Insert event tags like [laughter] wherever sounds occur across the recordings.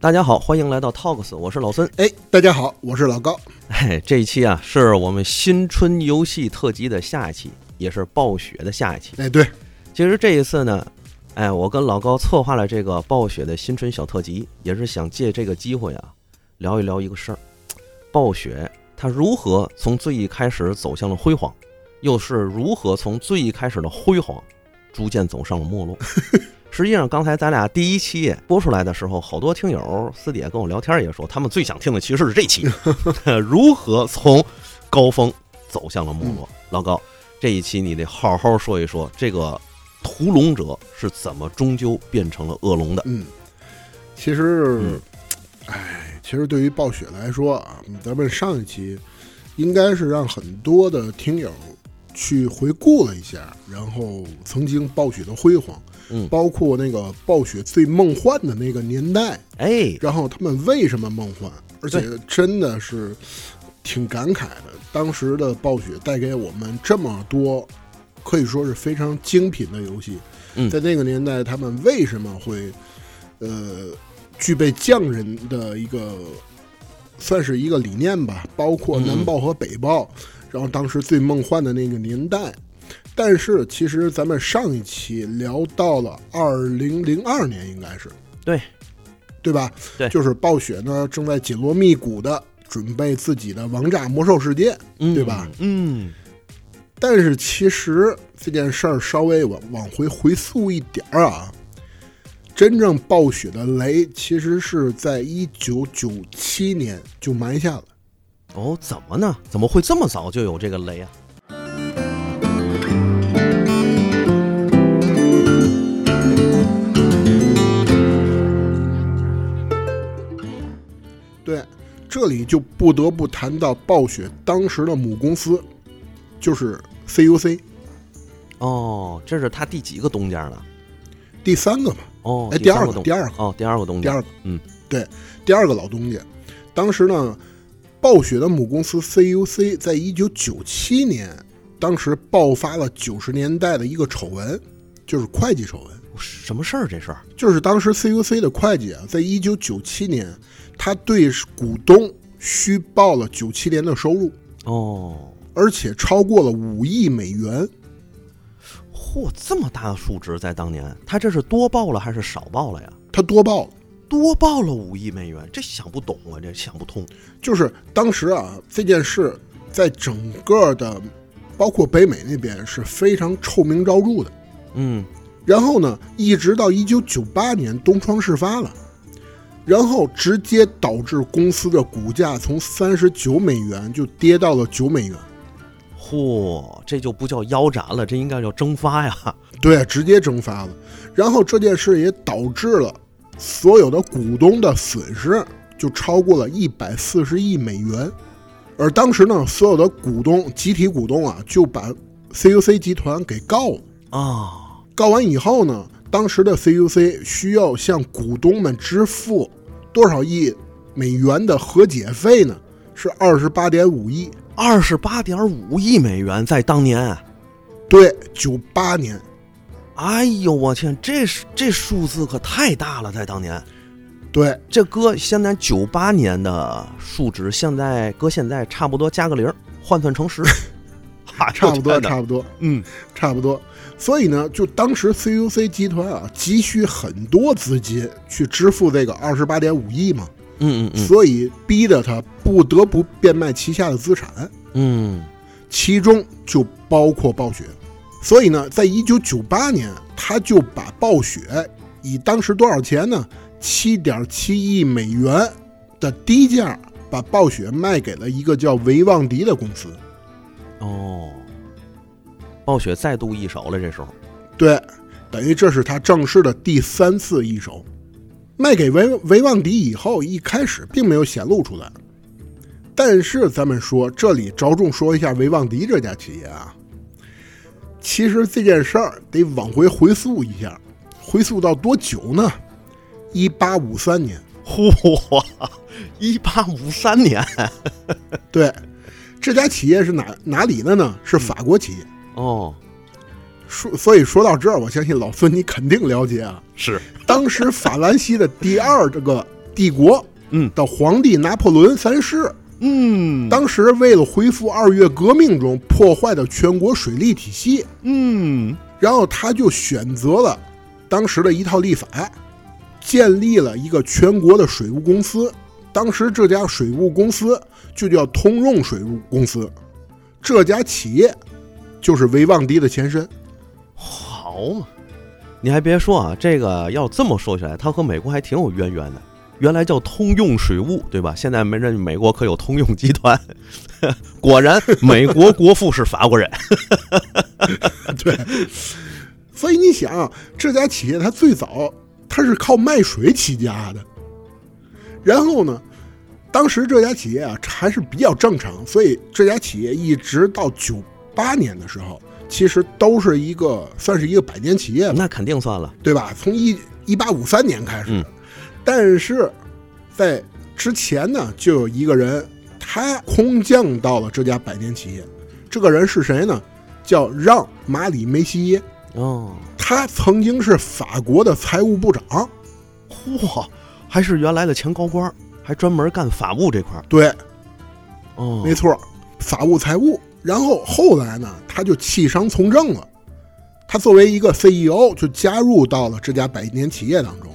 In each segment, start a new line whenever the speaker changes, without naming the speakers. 大家好，欢迎来到 Talks，我是老孙。 [laughs]
哎，大家好，我是老高。
哎，这一期啊是我们新春游戏特辑的下一期，也是暴雪的下一期。
哎，对，
其实这一次呢，哎，我跟老高策划了这个暴雪的新春小特辑，也是想借这个机会啊，聊一聊一个事儿：暴雪它如何从最一开始走向了辉煌，又是如何从最一开始的辉煌，逐渐走上了没落。实际上，刚才咱俩第一期播出来的时候，好多听友私底下跟我聊天也说，他们最想听的其实是这期，如何从高峰走向了没落。老高，这一期你得好好说一说这个屠龙者是怎么终究变成了恶龙的。
嗯，其实
嗯，
哎，其实对于暴雪来说啊，咱们上一期应该是让很多的听友去回顾了一下，然后曾经暴雪的辉煌，
嗯
包括那个暴雪最梦幻的那个年代，
哎，
然后他们为什么梦幻，而且真的是挺感慨的。当时的暴雪带给我们这么多，可以说是非常精品的游戏。
嗯
在那个年代，他们为什么会呃具备匠人的一个算是一个理念吧？包括
嗯
南暴和北暴，然后当时最梦幻的那个年代。但是，其实咱们上一期聊到了二零零二年，应该是
对，
对吧？
对
就是暴雪呢正在紧锣密鼓的准备自己的王炸魔兽世界，
嗯
对吧？
嗯，
但是其实这件事儿稍微往往回回溯一点儿啊，真正暴雪的雷其实是在一九九七年就埋下了。
哦，怎么呢？怎么会这么早就有这个雷啊？
对，这里就不得不谈到暴雪当时的母公司，就是 CUC
哦，这是他第几个东家了？
第三个嘛，
哦，
哎，
第
第二
个
个，
东
第二个，
哦，第二个东
第
家。
二个，
嗯，
对，第二个老东家。当时呢，暴雪的母公司 CUC 在一九九七年，当时爆发了九十年代的一个丑闻，就是会计丑闻。
什么事儿？这是？
就是当时 CUC 的会计啊，在一九九七年，他对股东虚报了九七年的收入，
哦，
而且超过了五亿美元。
嚯，这么大的数值在当年，他这是多报了还是少报了呀？
他多报了，
多报了五亿美元，这想不懂啊，这想不通。
就是当时啊，这件事在整个的，包括北美那边是非常臭名昭著的。
嗯，
然后呢，一直到一九九八年东窗事发了，然后直接导致公司的股价从三十九美元就跌到了九美元，
嚯，这就不叫腰斩了，这应该叫蒸发呀。
对，直接蒸发了。然后这件事也导致了所有的股东的损失就超过了一百四十亿美元，而当时呢，所有的股东集体股东啊就把 CUC 集团给告了。
啊，
告完以后呢，当时的 CUC 需要向股东们支付多少亿美元的和解费呢？是二十八点五亿。
二十八点五亿美元在当年，
对，九八年，
哎呦我天，这是这数字可太大了，在当年。
对
这搁现在九八年的数值，现在搁现在差不多加个零儿，换算成
[laughs]
十，啊哈，
差不
我
多，
天哪
差不多，
嗯，
差不多。所以呢，就当时 CUC 集团啊，急需很多资金去支付这个二十八点五亿嘛，
嗯嗯嗯
所以逼得他不得不变卖旗下的资产。
嗯，
其中就包括暴雪。所以呢，在一九九八年，他就把暴雪以当时多少钱呢？七点七亿美元的低价，把暴雪卖给了一个叫维旺迪的公司。
哦，暴雪再度易手了，这时候，
对，等于这是他正式的第三次易手。卖给维维旺迪以后，一开始并没有显露出来。但是咱们说，这里着重说一下维旺迪这家企业啊。其实这件事儿得往回回溯一下，回溯到多久呢？一八五三年。
嚯，一八五三年，
对，这家企业是哪哪里的呢？是法国企业。
哦，
说，所以说到这儿，我相信老孙你肯定了解啊。
是，
当时法兰西的第二这个帝国
嗯
的皇帝拿破仑三世。
嗯
当时为了恢复二月革命中破坏的全国水利体系，
嗯
然后他就选择了当时的一套立法，建立了一个全国的水务公司。当时这家水务公司就叫通用水务公司，这家企业就是维旺迪的前身。
好嘛，你还别说啊，这个要这么说起来，它和美国还挺有渊源的。原来叫通用水务，对吧？现在没人美国可有通用集团， [laughs] 果然美国国父是法国人。
所以你想，这家企业它最早它是靠卖水起家的，然后呢，当时这家企业啊还是比较正常，所以这家企业一直到九八年的时候，其实都是一个算是一个百年企业吧，
[laughs] 那肯定算了，
对吧？从一一八五三年开始，
嗯
但是在之前呢，就有一个人他空降到了这家百年企业，这个人是谁呢？叫让马里梅西耶。
哦，
他曾经是法国的财务部长，
嚯，还是原来的前高官儿，还专门干法务这块儿。
对，
哦，
没错，法务财务。然后后来呢，他就弃商从政了。他作为一个 CEO，就加入到了这家百年企业当中。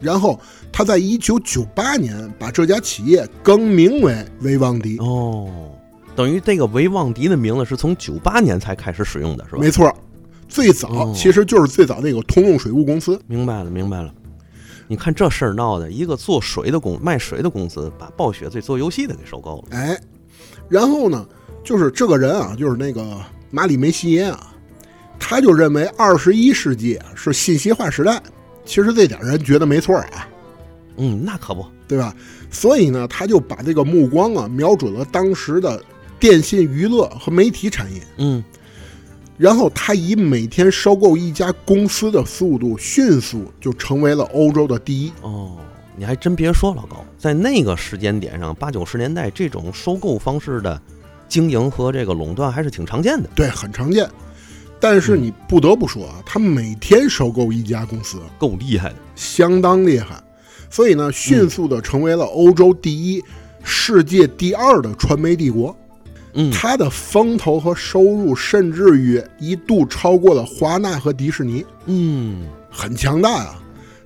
然后他在一九九八年把这家企业更名为威旺迪，
哦，等于这个维旺迪的名字是从九八年才开始使用的，是吧？
没错，最早
哦
其实就是最早那个通用水务公司。
明白了，明白了。你看这事儿闹的，一个做水的公卖水的公司把暴雪这做游戏的给收购了。
哎，然后呢，就是这个人啊，就是那个马里梅西耶啊，他就认为二十一世纪啊是信息化时代。其实这点人觉得没错啊，
嗯，那可不，
对吧？所以呢，他就把这个目光啊瞄准了当时的电信、娱乐和媒体产业，
嗯，
然后他以每天收购一家公司的速度，迅速就成为了欧洲的第一。
哦，你还真别说，老高，在那个时间点上，八九十年代这种收购方式的经营和这个垄断还是挺常见的。
对，很常见。但是你不得不说啊，他每天收购一家公司，
够厉害的。
相当厉害，所以呢，迅速的成为了欧洲第一、世界第二的传媒帝国。
嗯，
它的风头和收入甚至于一度超过了华纳和迪士尼，
嗯，
很强大啊。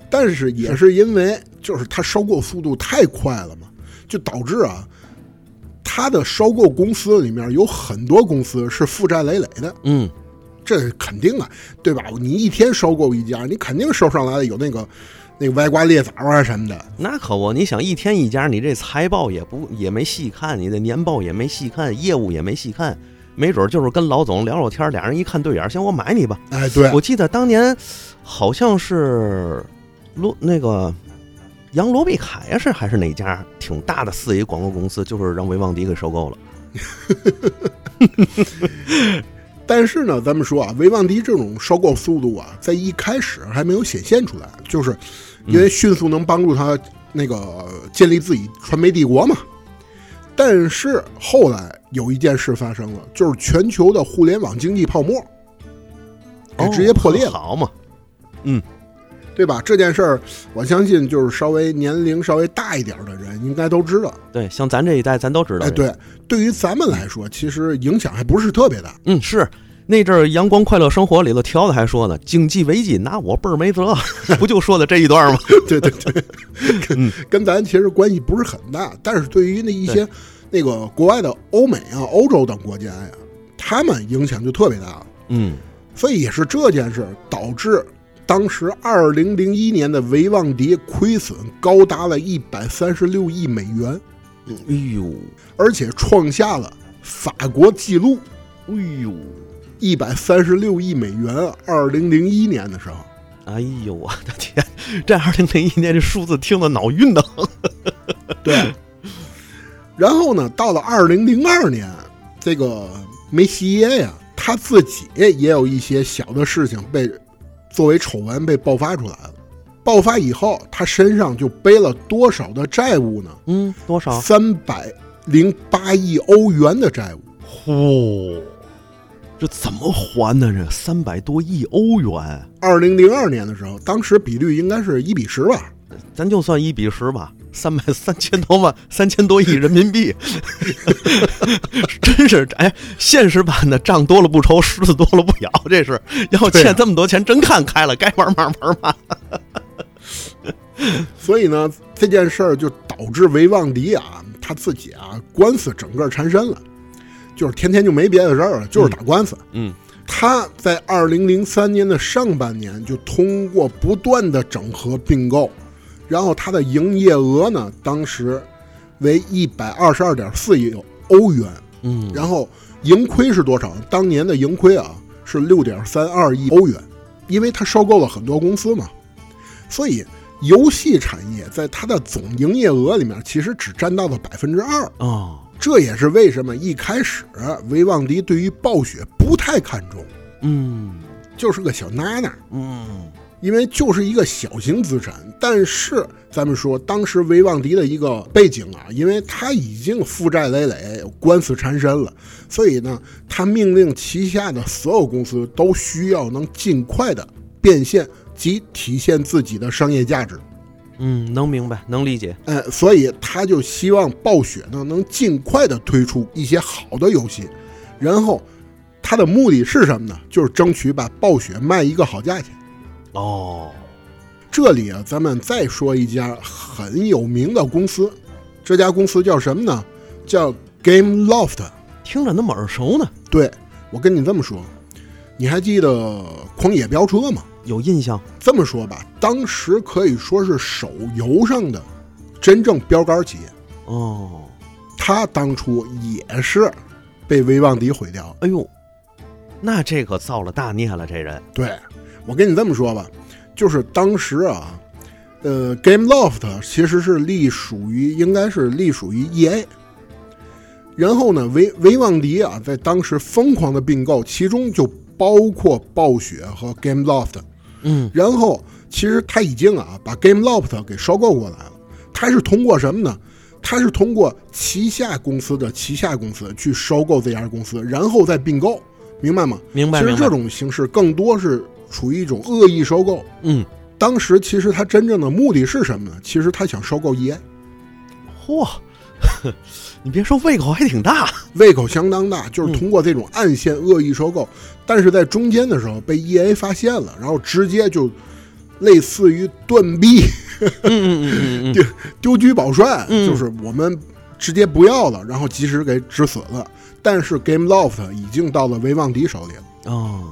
但是也是因为就是它收购速度太快了嘛，就导致啊，它的收购公司里面有很多公司是负债累累的。
嗯，
这肯定啊，对吧？你一天收购一家，你肯定收上来的有那个那个歪瓜裂枣啊什么的，
那可不，你想一天一家，你这财报也不也没细看，你的年报也没细看，业务也没细看，没准儿就是跟老总聊聊天儿，俩人一看对眼儿，行，我买你吧。
哎，对，
[laughs] 我记得当年好像是罗那个杨罗贝卡呀，是还是哪家挺大的四 A 广告公司，就是让维旺迪给收购了。
但是呢，咱们说啊，维旺迪这种收购速度啊，在一开始还没有显现出来，就是
嗯
因为迅速能帮助他那个建立自己传媒帝国嘛。但是后来有一件事发生了，就是全球的互联网经济泡沫，给
哦，
直接破裂了，
好嘛，
对吧？这件事儿，我相信就是稍微年龄稍微大一点的人应该都知道。
对，像咱这一代，咱都知道。
哎，，对，对于咱们来说，其实影响还不是特别大。
嗯，是那阵儿《阳光快乐生活》里头条子还说呢，经济危机拿我辈儿没辙， [laughs] 不就说的这一段吗？
[laughs] 对对对，跟跟咱其实关系不是很大，但是对于那一些那个国外的欧美啊、欧洲等国家呀，他们影响就特别大了。
[laughs] 嗯，
所以也是这件事儿导致当时二零零一年的维旺迪亏损高达了一百三十六亿美元，
哎呦，
而且创下了法国纪录
哎呦，
一百三十六亿美元啊。二零零一年的时候，
哎呦， [laughs] 我的天！这二零零一年这数字听得脑晕的很。
对。然后呢，到了二零零二年，这个梅西耶呀，他自己也有一些小的事情被作为丑闻被爆发出来了。爆发以后，他身上就背了多少的债务呢？
嗯，多少？
三百零八亿欧元的债务。
嚯、这怎么还呢？这三百多亿欧元，
二零零二年的时候，当时比率应该是一比十吧？
咱就算一比十吧。三百三千多万 [laughs] 三千多亿人民币， [laughs] 真是哎，现实版的账多了不愁，虱子多了不咬，这是要
对啊
欠这么多钱，真看开了，该玩嘛玩嘛。
所以呢，这件事儿就导致维旺迪啊他自己啊官司整个缠身了，就是天天就没别的事儿了，就是打官司。
嗯
他在二零零三年的上半年就通过不断的整合并购，然后他的营业额呢，当时为一百二十二点四亿欧元，
嗯
然后盈亏是多少？当年的盈亏啊是六点三二亿欧元，因为它收购了很多公司嘛，所以游戏产业在它的总营业额里面其实只占到了百分之二。
哦，
这也是为什么一开始维旺迪对于暴雪不太看重，
嗯
就是个小娜娜，
嗯
因为就是一个小型资产。但是咱们说，当时维旺迪的一个背景啊，因为他已经负债累累，官司缠身了，所以呢，他命令旗下的所有公司都需要能尽快的变现及体现自己的商业价值。
嗯，能明白，能理解。
呃，所以他就希望暴雪呢能尽快的推出一些好的游戏，然后他的目的是什么呢？就是争取把暴雪卖一个好价钱。
哦，
这里啊，咱们再说一家很有名的公司，这家公司叫什么呢？叫 Game Loft。
听着那么耳熟呢，
对我跟你这么说，你还记得《狂野飙车》吗？
有印象。
这么说吧，当时可以说是手游上的真正标杆企业，
哦，
它当初也是被维旺迪毁掉了。
哎呦，那这可造了大孽了，这人。
对我跟你这么说吧，就是当时啊，呃，Game Loft 其实是隶属于，应该是隶属于 EA。然后呢，维维旺迪啊，在当时疯狂的并购，其中就包括暴雪和 Game Loft。
嗯
然后，其实他已经啊，把 Game Loft 给收购过来了。他是通过什么呢？他是通过旗下公司的旗下公司去收购这家公司，然后再并购，明白吗？
明白
其实
明白
这种形式更多是处于一种恶意收购。
嗯，
当时其实他真正的目的是什么呢？其实他想收购 EA，
嚯， [laughs] 你别说胃口还挺大。
胃口相当大，就是通过这种暗线恶意收购，但是在中间的时候被 EA 发现了，然后直接就类似于断臂、
嗯嗯嗯 [laughs] 嗯
丢丢车保帅，
嗯
就是我们直接不要了，然后及时给止损了。但是 Game Loft 已经到了维旺迪手里了。
嗯。哦，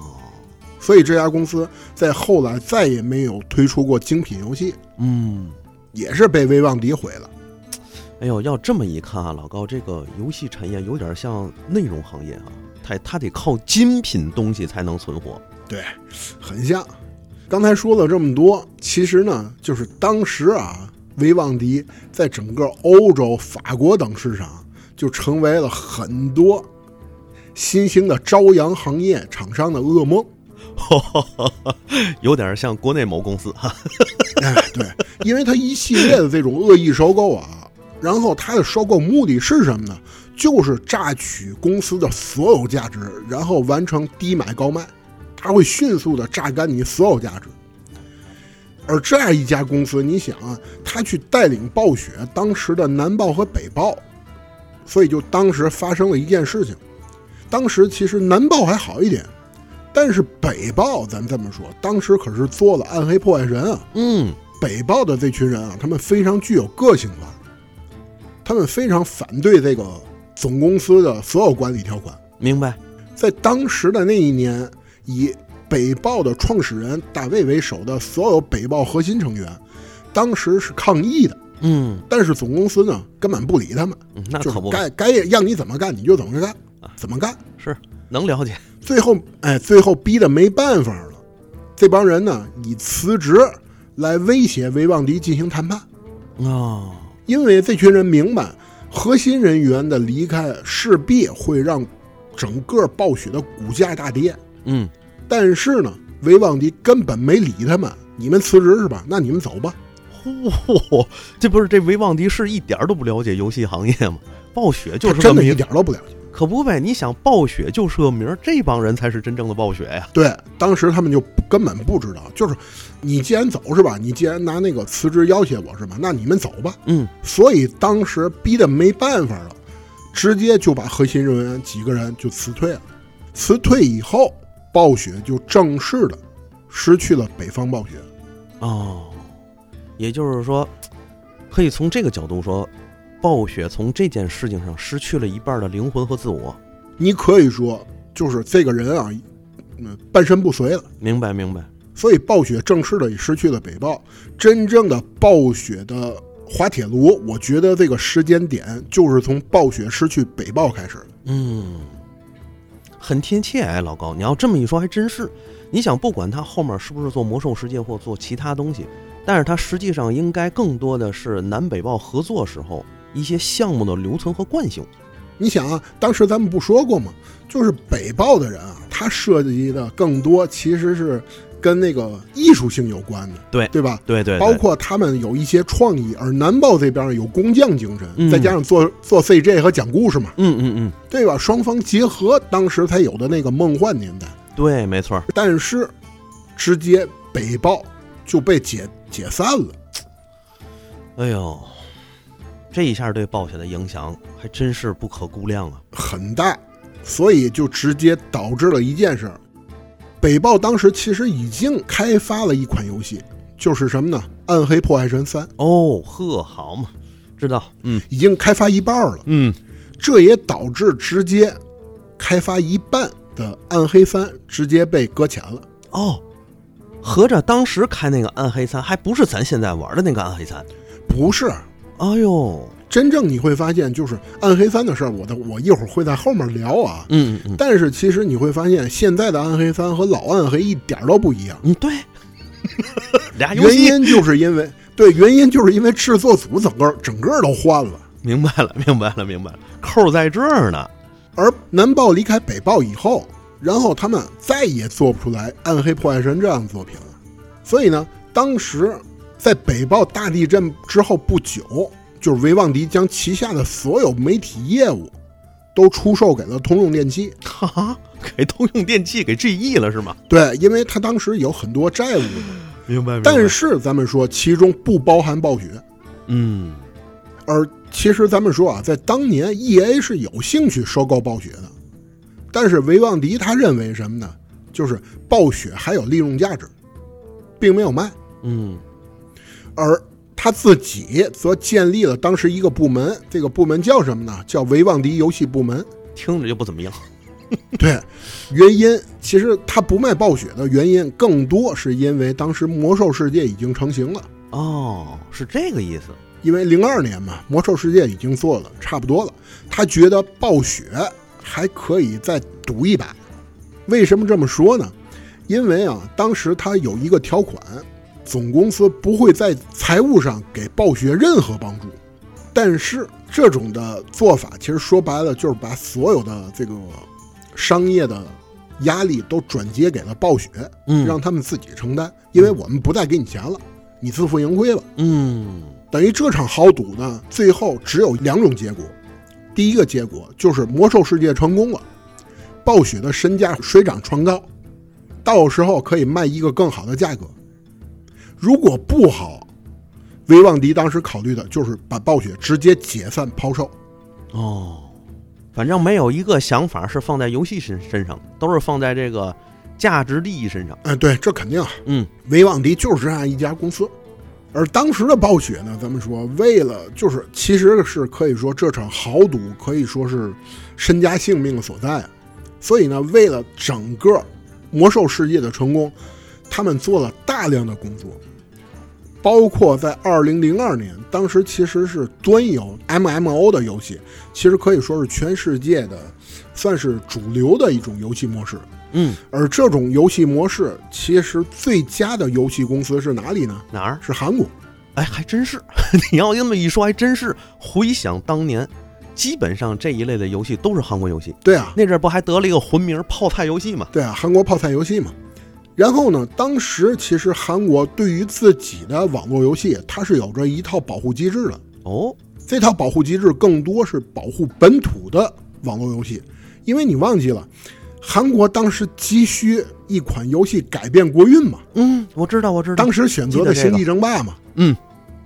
所以这家公司在后来再也没有推出过精品游戏，
嗯。
也是被威望诋毁了。
哎呦，要这么一看啊，老高，这个游戏产业有点像内容行业啊，它它得靠精品东西才能存活。 [laughs]
对，很像。刚才说了这么多，其实呢，就是当时啊，威望迪在整个欧洲、法国等市场就成为了很多新兴的朝阳行业厂商的噩梦。
有点像国内某公司哈。
[laughs] 哎，对，因为它一系列的这种恶意收购啊，然后它的收购目的是什么呢？就是榨取公司的所有价值，然后完成低买高卖，它会迅速的榨干你所有价值。而这样一家公司，你想啊，它去带领暴雪当时的南暴和北暴，所以就当时发生了一件事情。当时其实南暴还好一点，但是北暴，咱们这么说，当时可是做了暗黑破坏神啊。
嗯，
北豹的这群人啊，他们非常具有个性化，他们非常反对这个总公司的所有管理条款。
明白。
在当时的那一年，以北豹的创始人大卫为首的所有北豹核心成员，当时是抗议的，
嗯，
但是总公司呢根本不理他们，
嗯那
就
可
是
不
该该让你怎么干你就怎么干
啊，
怎么干。
是能了解。
最后，哎，最后逼得没办法了，这帮人呢以辞职来威胁维旺迪进行谈判。
哦，
因为这群人明白，核心人员的离开势必会让整个暴雪的股价大跌。
嗯，
但是呢，维旺迪根本没理他们，你们辞职是吧？那你们走吧。
嚯，这不是这维旺迪是一点儿都不了解游戏行业吗？暴雪就是
他
个
真的一
明
点都不了解。
可不呗，你想暴雪就是个名儿，这帮人才是真正的暴雪呀、
对，当时他们就不根本不知道，就是你既然走是吧？你既然拿那个辞职要挟我是吧？那你们走吧。
嗯，
所以当时逼得没办法了，直接就把核心人员几个人就辞退了。辞退以后，暴雪就正式的失去了北方暴雪。
哦，也就是说，可以从这个角度说，暴雪从这件事情上失去了一半的灵魂和自我。
你可以说，就是这个人啊，嗯，半身不遂了。
明白，明白。
所以暴雪正式的也失去了北豹，真正的暴雪的滑铁卢，我觉得这个时间点就是从暴雪失去北豹开始的。
嗯，很贴切哎，老高，你要这么一说，还真是。你想，不管他后面是不是做魔兽世界或做其他东西，但是他实际上应该更多的是南北豹合作时候一些项目的留存和惯性。
你想啊，当时咱们不说过吗？就是北豹的人啊，他涉及的更多其实是跟那个艺术性有关的，
对
对吧？
对对
包括他们有一些创意，而南豹这边有工匠精神，
嗯
再加上做做 CJ 和讲故事嘛，
嗯嗯嗯，
对吧？双方结合，当时才有的那个梦幻年代。
对，没错儿。
但是直接北豹就被解解散了。
哎呦，这一下对暴雪的影响还真是不可估量啊。
很大，所以就直接导致了一件事儿。北豹当时其实已经开发了一款游戏，就是什么呢？《暗黑破坏神三》
哦，呵，好嘛，知道，嗯
已经开发一半儿了，
嗯，
这也导致直接开发一半的《暗黑三》直接被搁浅了。
哦，合着当时开那个暗黑三还不是咱现在玩的那个暗黑三。
不是，
哎呦，
真正你会发现，就是《暗黑三》的事儿，我的我一会儿会在后面聊啊。
嗯嗯嗯
但是其实你会发现，现在的《暗黑三》和老《暗黑》一点儿都不一样。
嗯，对， [laughs] 俩游
原
戏
因就是因为对，原因就是因为制作组整个整个都换了。
明白了，明白了，明白了，扣在这儿呢。
而南豹离开北豹以后，然后他们再也做不出来《暗黑破坏神》这样的作品了。所以呢，当时在北豹大地震之后不久，就是维旺迪将旗下的所有媒体业务都出售给了通用电器。
哈哈，给通用电器给 GE 了是吗？
对，因为他当时有很多债务嘛。
明白，明白
但是咱们说，其中不包含暴雪。
嗯，
而其实咱们说啊，在当年 E A 是有兴趣收购暴雪的，但是维旺迪他认为什么呢？就是暴雪还有利用价值，并没有卖，
嗯，
而他自己则建立了当时一个部门，这个部门叫什么呢？叫维旺迪游戏部门。
嗯听着就不怎么样。
对，原因其实他不卖暴雪的原因，更多是因为当时魔兽世界已经成型了，
哦，是这个意思。
因为零二年嘛，魔兽世界已经做了差不多了，他觉得暴雪还可以再赌一把。为什么这么说呢？因为啊，当时他有一个条款，总公司不会在财务上给暴雪任何帮助。但是这种的做法，其实说白了就是把所有的这个商业的压力都转接给了暴雪，
嗯
让他们自己承担，因为我们不再给你钱了，你自负盈亏吧。
嗯，
等于这场豪赌呢，最后只有两种结果。第一个结果就是魔兽世界成功了，暴雪的身价水涨船高，到时候可以卖一个更好的价格。如果不好，维旺迪当时考虑的就是把暴雪直接解散抛售。
哦，反正没有一个想法是放在游戏身身上的，都是放在这个价值利益身上。
哎，对，这肯定啊，
嗯，
维旺迪就是这样一家公司。而当时的暴雪呢，咱们说为了就是，其实是可以说这场豪赌可以说是身家性命的所在啊。所以呢，为了整个魔兽世界的成功，他们做了大量的工作，包括在二零零二年，当时其实是端游 MMO 的游戏，其实可以说是全世界的算是主流的一种游戏模式。
嗯，
而这种游戏模式，其实最佳的游戏公司是哪里呢？
哪儿？
是韩国。
哎，还真是。 [laughs] 你要这么一说，还真是。回想当年，基本上这一类的游戏都是韩国游戏。
对啊，
那阵儿不还得了一个魂名儿“泡菜游戏”吗？
对啊，韩国泡菜游戏嘛。然后呢，当时其实韩国对于自己的网络游戏，它是有着一套保护机制的。
哦，
这套保护机制更多是保护本土的网络游戏，因为你忘记了，韩国当时急需一款游戏改变国运嘛，
嗯，我知道，我知道。
当时选择的《
记得这个
星际争霸》嘛，
嗯，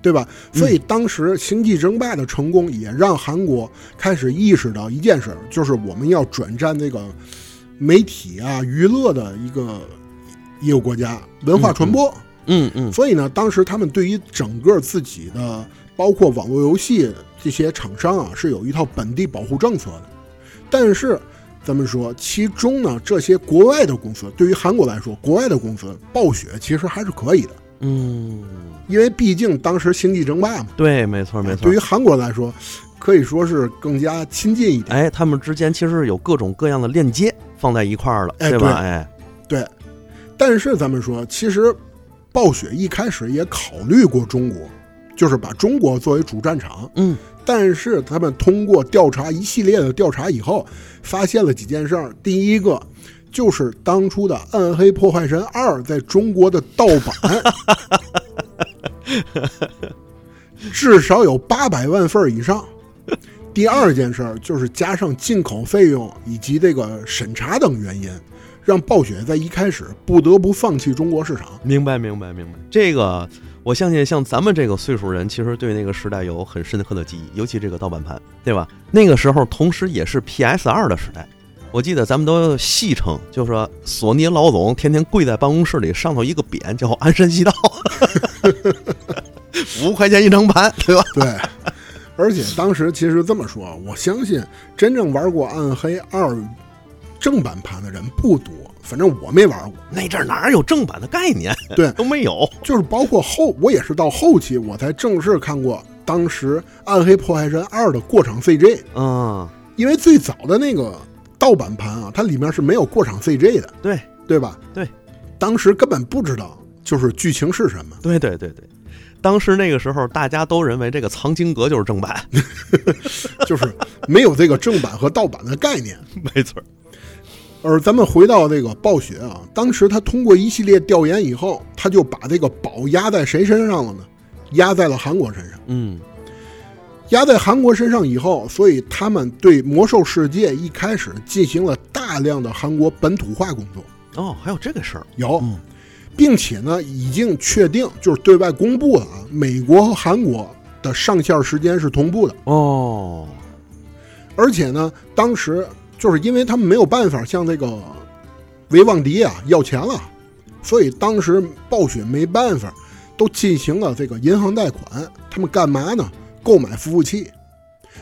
对吧？所以当时《星际争霸》的成功，也让韩国开始意识到一件事儿，就是我们要转战这个媒体啊、娱乐的一个一个国家，文化传播。
嗯嗯
所以呢，当时他们对于整个自己的，包括网络游戏这些厂商啊，是有一套本地保护政策的。但是，咱们说，其中呢，这些国外的公司，对于韩国来说，国外的公司暴雪其实还是可以的，
嗯，
因为毕竟当时星际争霸嘛，
对，没错没错
对。于韩国来说，可以说是更加亲近一点。
哎，他们之间其实有各种各样的链接放在一块儿了，
哎
吧？
对
哎，
对，但是咱们说，其实暴雪一开始也考虑过中国，就是把中国作为主战场。
嗯，
但是他们通过调查一系列的调查以后，发现了几件事儿。第一个就是当初的《暗黑破坏神二》在中国的盗版，至少有八百万份儿以上。第二件事儿就是加上进口费用以及这个审查等原因，让暴雪在一开始不得不放弃中国市场。
明白明白明白。这个我相信，像咱们这个岁数人，其实对那个时代有很深刻的记忆，尤其这个盗版盘，对吧？那个时候，同时也是 PS 二的时代。我记得咱们都戏称，就说索尼老总天天跪在办公室里，上头一个匾叫“安山西道”， [laughs] 五块钱一张盘，对吧？
对，而且当时其实这么说，我相信真正玩过《暗黑二》正版盘的人不多，反正我没玩过。
那阵儿哪有正版的概念？
对
都没有。
就是包括后，我也是到后期我才正式看过当时《暗黑破坏神二》的过场 CJ，
嗯，
因为最早的那个盗版盘啊，它里面是没有过场 CJ 的，
对，
对吧？
对，
当时根本不知道就是剧情是什么。
对对对对，当时那个时候大家都认为这个藏经阁就是正版，
就是没有这个正版和盗版的概念。
[laughs] 没错儿。
而咱们回到这个暴雪啊，当时他通过一系列调研以后，他就把这个宝压在谁身上了呢？压在了韩国身上。
嗯
压在韩国身上以后，所以他们对《魔兽世界》一开始进行了大量的韩国本土化工作，
哦，还有这个事儿，
有
嗯，
并且呢，已经确定就是对外公布了啊，美国和韩国的上线时间是同步的。
哦，
而且呢，当时就是因为他们没有办法向这个维旺迪啊要钱了，所以当时暴雪没办法，都进行了这个银行贷款。他们干嘛呢？购买服务器。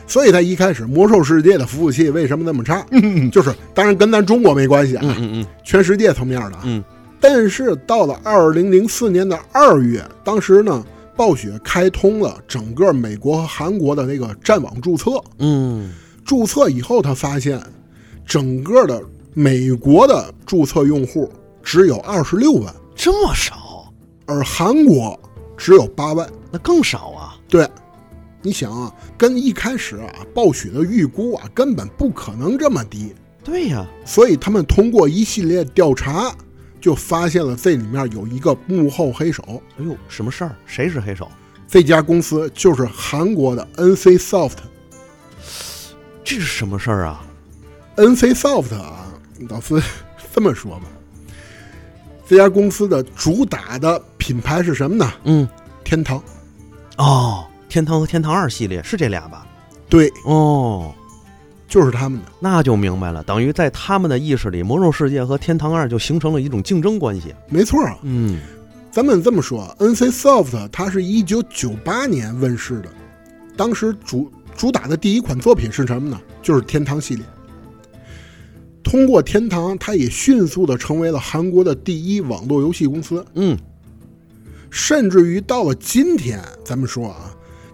所以他一开始《魔兽世界》的服务器为什么那么差？就是当然跟咱中国没关系啊，
嗯嗯嗯，
全世界层面的啊。
嗯
但是到了二零零四年的二月，当时呢，暴雪开通了整个美国和韩国的那个战网注册。
嗯，
注册以后，他发现整个的美国的注册用户只有二十六万，
这么少，
而韩国只有八万。
那更少啊。
对，你想啊，跟一开始啊暴雪的预估啊根本不可能这么低，
对呀、
所以他们通过一系列调查，就发现了这里面有一个幕后黑手。
哎呦，什么事儿？谁是黑手？
这家公司就是韩国的 NCSoft。
这是什么事儿啊？
NCSoft 啊，老师 [laughs] 这么说吧，这家公司的主打的品牌是什么呢？
嗯，
天堂。
哦，天堂和天堂二系列是这俩吧？
对，
哦，
就是他们的。
那就明白了，等于在他们的意识里，魔兽世界和天堂二就形成了一种竞争关系。
没错啊，
嗯
咱们这么说，NCSoft 啊它是一九九八年问世的，当时主主打的第一款作品是什么呢？就是天堂系列。通过天堂，它也迅速的成为了韩国的第一网络游戏公司。
嗯，
甚至于到了今天，咱们说啊，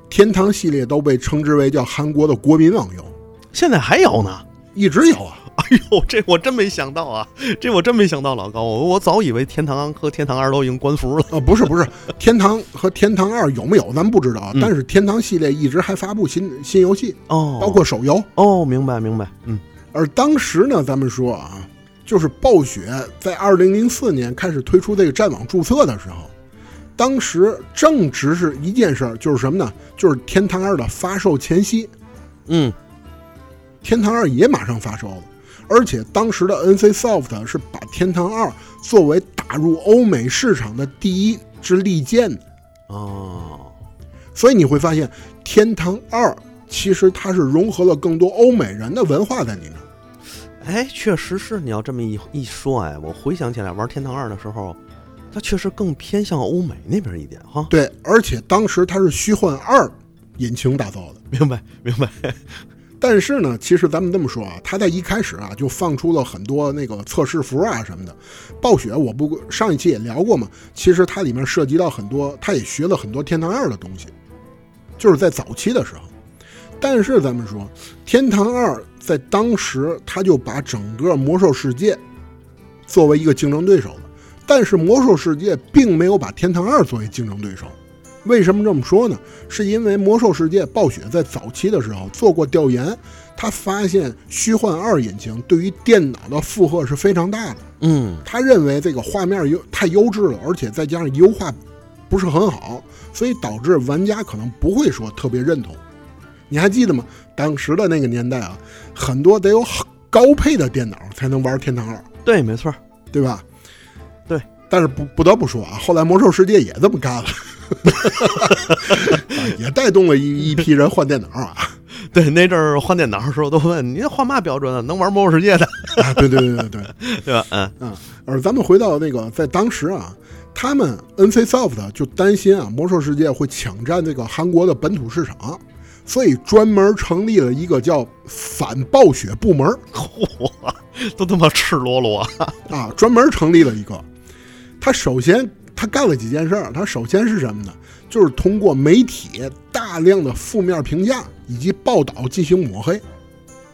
天堂系列都被称之为叫韩国的国民网游，
现在还有呢。 [laughs]
一直有啊。 [laughs]
哎呦，这我真没想到啊！这我真没想到，老高，我我早以为天堂和天堂二都已经关服了。
呃，不是不是，天堂和天堂二有没有咱不知道啊，但是天堂系列一直还发布新新游戏，
哦，
包括手游。
哦，明白明白，嗯
而当时呢，咱们说啊，就是暴雪在二零零四年开始推出这个战网注册的时候，当时正值是一件事儿，就是什么呢？就是天堂二的发售前夕。
嗯，
天堂二》也马上发售了。而且当时的 NC Soft 是把《天堂二》作为打入欧美市场的第一支利剑的，
哦，
所以你会发现，《天堂二》其实它是融合了更多欧美人的文化在里面。
哎，确实是你要这么一一说，哎，我回想起来玩《天堂二》的时候，它确实更偏向欧美那边一点哈。
对，而且当时它是虚幻二引擎打造的。
明白，明白。
但是呢，其实咱们这么说啊，它在一开始啊就放出了很多那个测试服啊什么的。暴雪，我不上一期也聊过嘛，其实它里面涉及到很多，它也学了很多《天堂二》的东西，就是在早期的时候。但是咱们说，《天堂二》在当时它就把整个魔兽世界作为一个竞争对手了，但是魔兽世界并没有把《天堂二》作为竞争对手。为什么这么说呢？是因为《魔兽世界》暴雪在早期的时候做过调研，他发现虚幻二引擎对于电脑的负荷是非常大的。
嗯，
他认为这个画面优太优质了，而且再加上优化不是很好，所以导致玩家可能不会说特别认同。你还记得吗？当时的那个年代啊，很多得有好高配的电脑才能玩《天堂二》，
对，没错儿。
对吧？
对。
但是不不得不说啊，后来魔兽世界也这么 [laughs] 干了，啊也带动了一一批人换电脑啊。
对，那阵儿换电脑的时候都问你这换嘛标准啊？能玩魔兽世界的，
[laughs] 啊，对对对对对。
对吧？嗯，
啊，而咱们回到那个，在当时啊，他们 NCSoft 就担心啊，魔兽世界会抢占这个韩国的本土市场，所以专门成立了一个叫反暴雪部门儿
嚯，都他妈赤裸裸。
啊，专门成立了一个。他首先他干了几件事儿，他首先是什么呢？就是通过媒体大量的负面评价以及报道进行抹黑。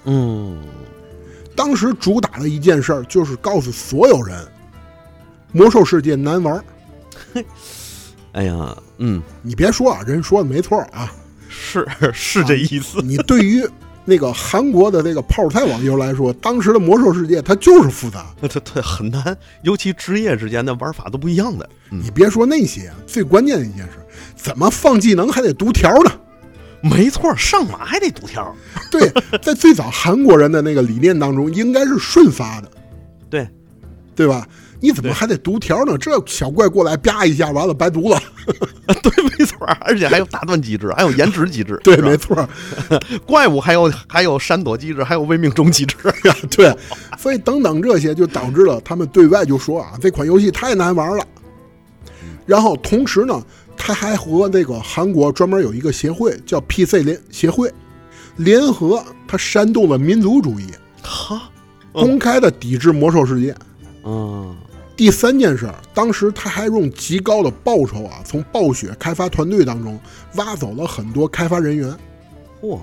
嗯，
当时主打的一件事儿就是告诉所有人，魔兽世界难玩儿。
哎呀，嗯，
你别说啊，人说的没错儿啊，
是是这意思。
你对于那个韩国的这个泡菜网游来说，当时的魔兽世界它就是复杂。
它它很难，尤其职业之间的玩法都不一样的。嗯，
你别说那些，啊最关键的一件事，怎么放技能还得读条呢？
没错，上马还得读条。
[laughs] 对，在最早韩国人的那个理念当中，应该是顺发的，
对，
对吧？你怎么
对
还得读条呢？这小怪过来啪一下，完了白读了。
[laughs]
[laughs]
对，没错，而且还有打断机制，还有延迟机 [laughs] 制，
对，
是吧
没错儿， [laughs]
[laughs] 怪物还有还有闪躲机制，还有未命中机 [laughs] 制。
对。所以等等这些，就导致了他们对外就说啊，这款游戏太难玩了。然后同时呢，他还和那个韩国专门有一个协会叫 PC 联协会，联合他煽动了民族主义，
哈，
公开的抵制魔兽世界。
嗯，
第三件事儿，当时他还用极高的报酬啊，从暴雪开发团队当中挖走了很多开发人员，
嚯，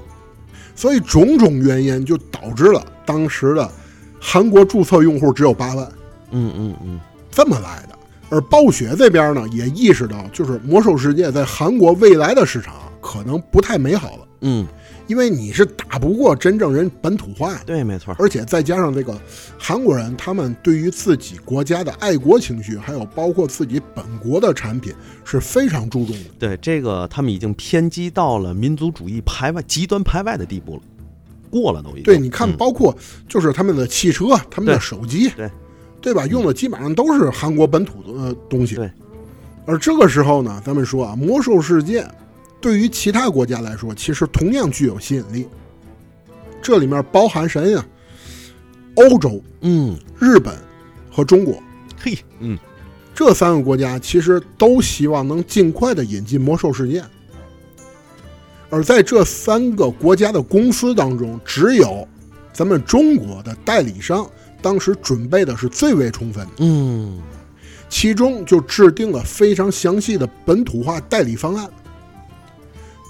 所以种种原因就导致了当时的韩国注册用户只有八万，
嗯嗯嗯，
这么来的。而暴雪这边呢，也意识到，就是魔兽世界在韩国未来的市场可能不太美好了，
嗯，
因为你是打不过真正人本土化的，
对，没错，
而且再加上这个韩国人，他们对于自己国家的爱国情绪，还有包括自己本国的产品是非常注重的。
对这个他们已经偏激到了民族主义排外、极端排外的地步了，过了都已经。
对，你看，
嗯
包括就是他们的汽车、他们的手机，
对嗯
对吧？用的基本上都是韩国本土的呃东西。
对，
而这个时候呢，咱们说啊，魔兽世界对于其他国家来说，其实同样具有吸引力。这里面包含谁呀？欧洲、
嗯，
日本和中国。
嘿，嗯，
这三个国家其实都希望能尽快的引进魔兽世界，而在这三个国家的公司当中，只有咱们中国的代理商当时准备的是最为充分的，
嗯，
其中就制定了非常详细的本土化代理方案，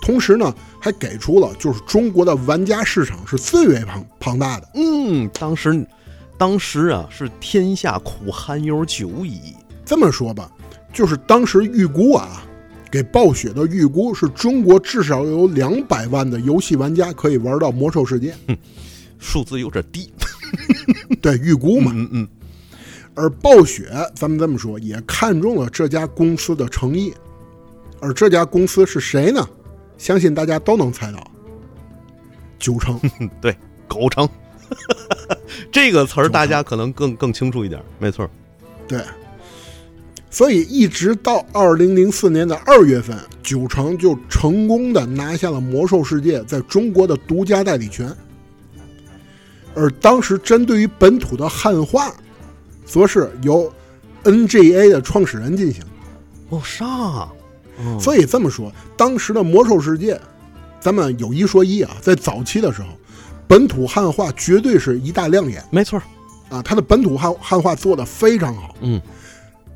同时呢，还给出了就是中国的玩家市场是最为庞庞大的。
嗯，当时，当时啊，是天下苦寒友久矣。
这么说吧，就是当时预估啊，给暴雪的预估是中国至少有两百万的游戏玩家可以玩到《魔兽世界》
嗯数字有点低，
[laughs]
[laughs]
对，预估嘛。
嗯嗯，
而暴雪，咱们这么说，也看中了这家公司的诚意。而这家公司是谁呢？相信大家都能猜到，九成。
对，狗城。 [laughs] 这个词儿大家可能更更清楚一点，没错。
对，所以一直到二零零四年的二月份，九城就成功的拿下了《魔兽世界》在中国的独家代理权。而当时针对于本土的汉化，则是由 NGA 的创始人进行。
哦，啥？嗯
所以这么说，当时的《魔兽世界》，咱们有一说一啊，在早期的时候，本土汉化绝对是一大亮点
没错儿，
啊，它的本土汉汉化做得非常好。
嗯，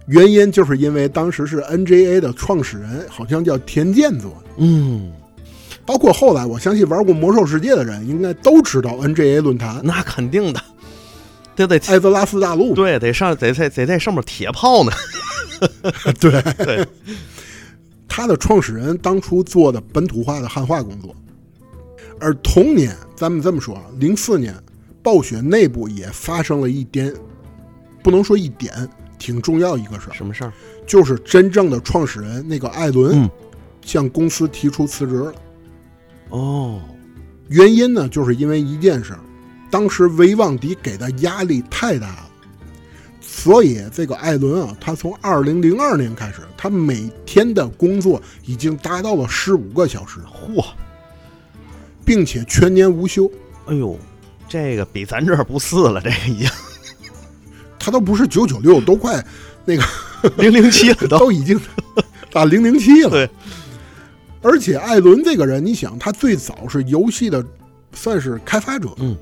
原因就是因为当时是 NGA 的创始人，好像叫田健做的。
嗯，
包括后来，我相信玩过《魔兽世界》的人应该都知道 NGA 论坛、
那肯定的，这得
艾泽拉斯大陆。
对得上得在得在上面铁炮呢。
对，
对，
[laughs] 他的创始人当初做的本土化的汉化工作。而同年，咱们这么说啊，零四年，暴雪内部也发生了一点，不能说一点，挺重要一个事儿，
什么事儿？
就是真正的创始人那个艾伦、
嗯
向公司提出辞职了。
哦，
原因呢，就是因为一件事儿，当时维旺迪给的压力太大了，所以这个艾伦啊，他从二零零二年开始，他每天的工作已经达到了十五个小时，
嚯，
并且全年无休。
哎呦，这个比咱这儿不四了，这个已经
他都不是九九六，都快
[laughs] 零零七 [laughs] 了都。
都已经 [laughs] 打零零七了。
对，
而且艾伦这个人，你想，他最早是游戏的算是开发者，
嗯，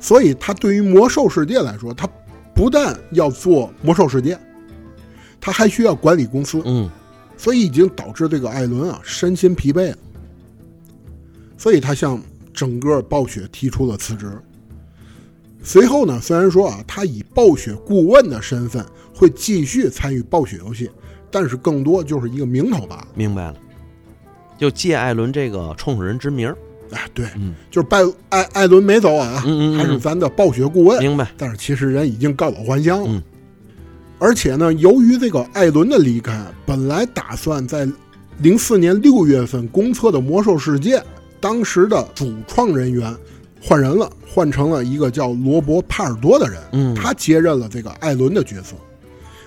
所以他对于魔兽世界来说，他不但要做魔兽世界，他还需要管理公司，
嗯，
所以已经导致这个艾伦啊身心疲惫了，所以他向整个暴雪提出了辞职。随后呢，虽然说啊，他以暴雪顾问的身份会继续参与暴雪游戏，但是更多就是一个名头罢了。
明白了，就借艾伦这个创始人之名儿。
哎，对，
嗯
就是拜艾艾伦没走啊，
嗯嗯嗯
还是咱的暴雪顾问，
明白。
但是其实人已经告老还乡了。
嗯
而且呢，由于这个艾伦的离开，本来打算在零四年六月份公测的《魔兽世界》，当时的主创人员换人了，换成了一个叫罗伯·帕尔多的人，
嗯
他接任了这个艾伦的角色，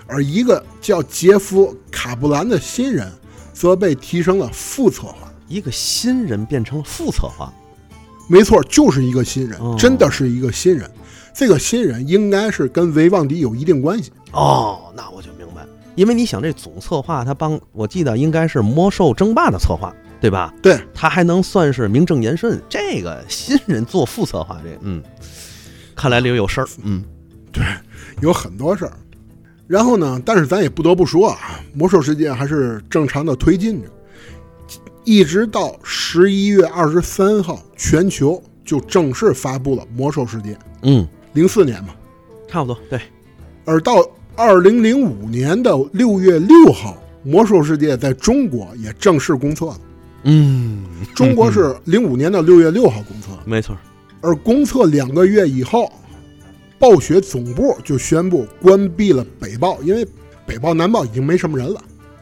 而一个叫杰夫·卡布兰的新人则被提升了副策划。
一个新人变成了副策划，
没错，就是一个新人
哦，
真的是一个新人。这个新人应该是跟维旺迪有一定关系。
哦，那我就明白，因为你想，这总策划他帮我记得应该是魔兽争霸的策划，对吧？
对，
他还能算是名正言顺。这个新人做副策划，这嗯，看来里有事儿。嗯，
有很多事儿。然后呢，但是咱也不得不说啊，魔兽世界还是正常的推进着，一直到十一月二十三号，全球就正式发布了魔兽世界
嗯，
零四年嘛。
差不多。对，
而到二零零五年的六月六号，魔兽世界在中国也正式公测了。
嗯，
中国是零五年的六月六号公测，
没错。
而公测两个月以后，暴雪总部就宣布关闭了北报，因为北报、南报已经没什么人了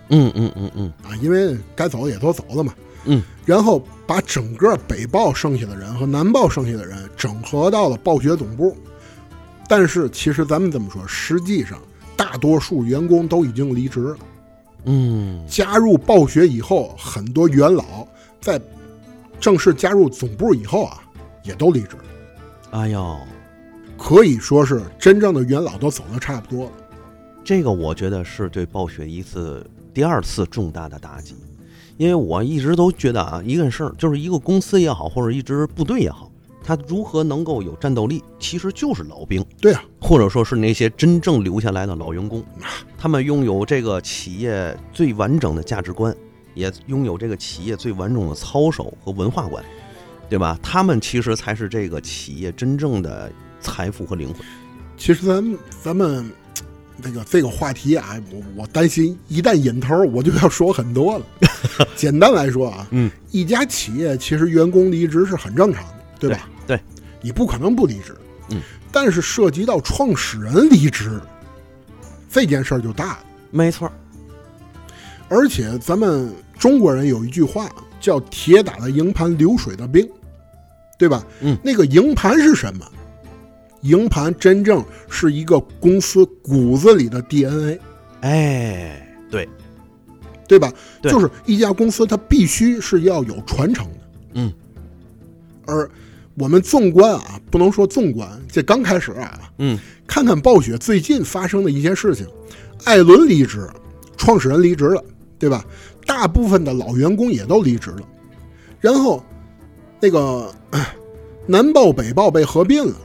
嗯嗯嗯嗯，
啊，因为该走的也都走了嘛。
嗯，
然后把整个北报剩下的人和南报剩下的人整合到了暴雪总部。但是其实咱们这么说，实际上大多数员工都已经离职了。
嗯，
加入暴雪以后，很多元老在正式加入总部以后啊，也都离职了。
哎呦，
可以说是真正的元老都走的差不多了。
这个我觉得是对暴雪一次第二次重大的打击，因为我一直都觉得啊，一件事儿就是一个公司也好，或者一支部队也好，它如何能够有战斗力，其实就是老兵，
对啊，
或者说是那些真正留下来的老员工，他们拥有这个企业最完整的价值观，也拥有这个企业最完整的操守和文化观，对吧？他们其实才是这个企业真正的财富和灵魂。
其实咱们咱们这个这个话题啊，我我担心一旦引头，我就要说
[laughs]
很多了。简单来说啊，
嗯，
一家企业其实员工离职是很正常的，对吧？
对，
你不可能不离职，
嗯，
但是涉及到创始人离职这件事儿就大了。
没错儿，
而且咱们中国人有一句话叫“铁打的营盘，流水的兵”，对吧？
嗯，
那个营盘是什么？营盘真正是一个公司骨子里的 DNA，
哎，对，
对吧？
对
就是一家公司它必须是要有传承的。
嗯，
而我们纵观啊，不能说纵观，这刚开始啊，
嗯，
看看暴雪最近发生的一些事情，艾伦离职，创始人离职了，对吧？大部分的老员工也都离职了，然后那个 [clears throat] 唉南暴北暴被合并了，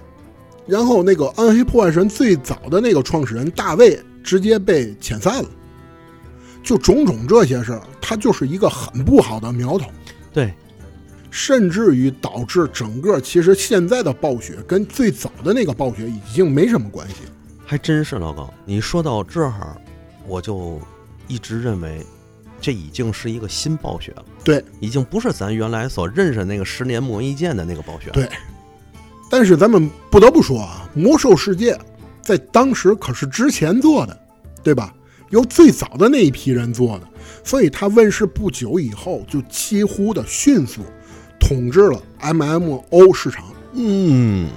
然后那个暗黑破坏神最早的那个创始人大卫直接被遣散了，就种种这些事儿，它就是一个很不好的苗头。
对，
甚至于导致整个其实现在的暴雪跟最早的那个暴雪已经没什么关系。
还真是老高。你说到这儿，我就一直认为，这已经是一个新暴雪了，
对，
已经不是咱原来所认识那个十年磨一剑的那个暴雪了。
对但是咱们不得不说啊，《魔兽世界》在当时可是之前做的，对吧？由最早的那一批人做的，所以它问世不久以后就几乎的迅速统治了 MMO 市场，
嗯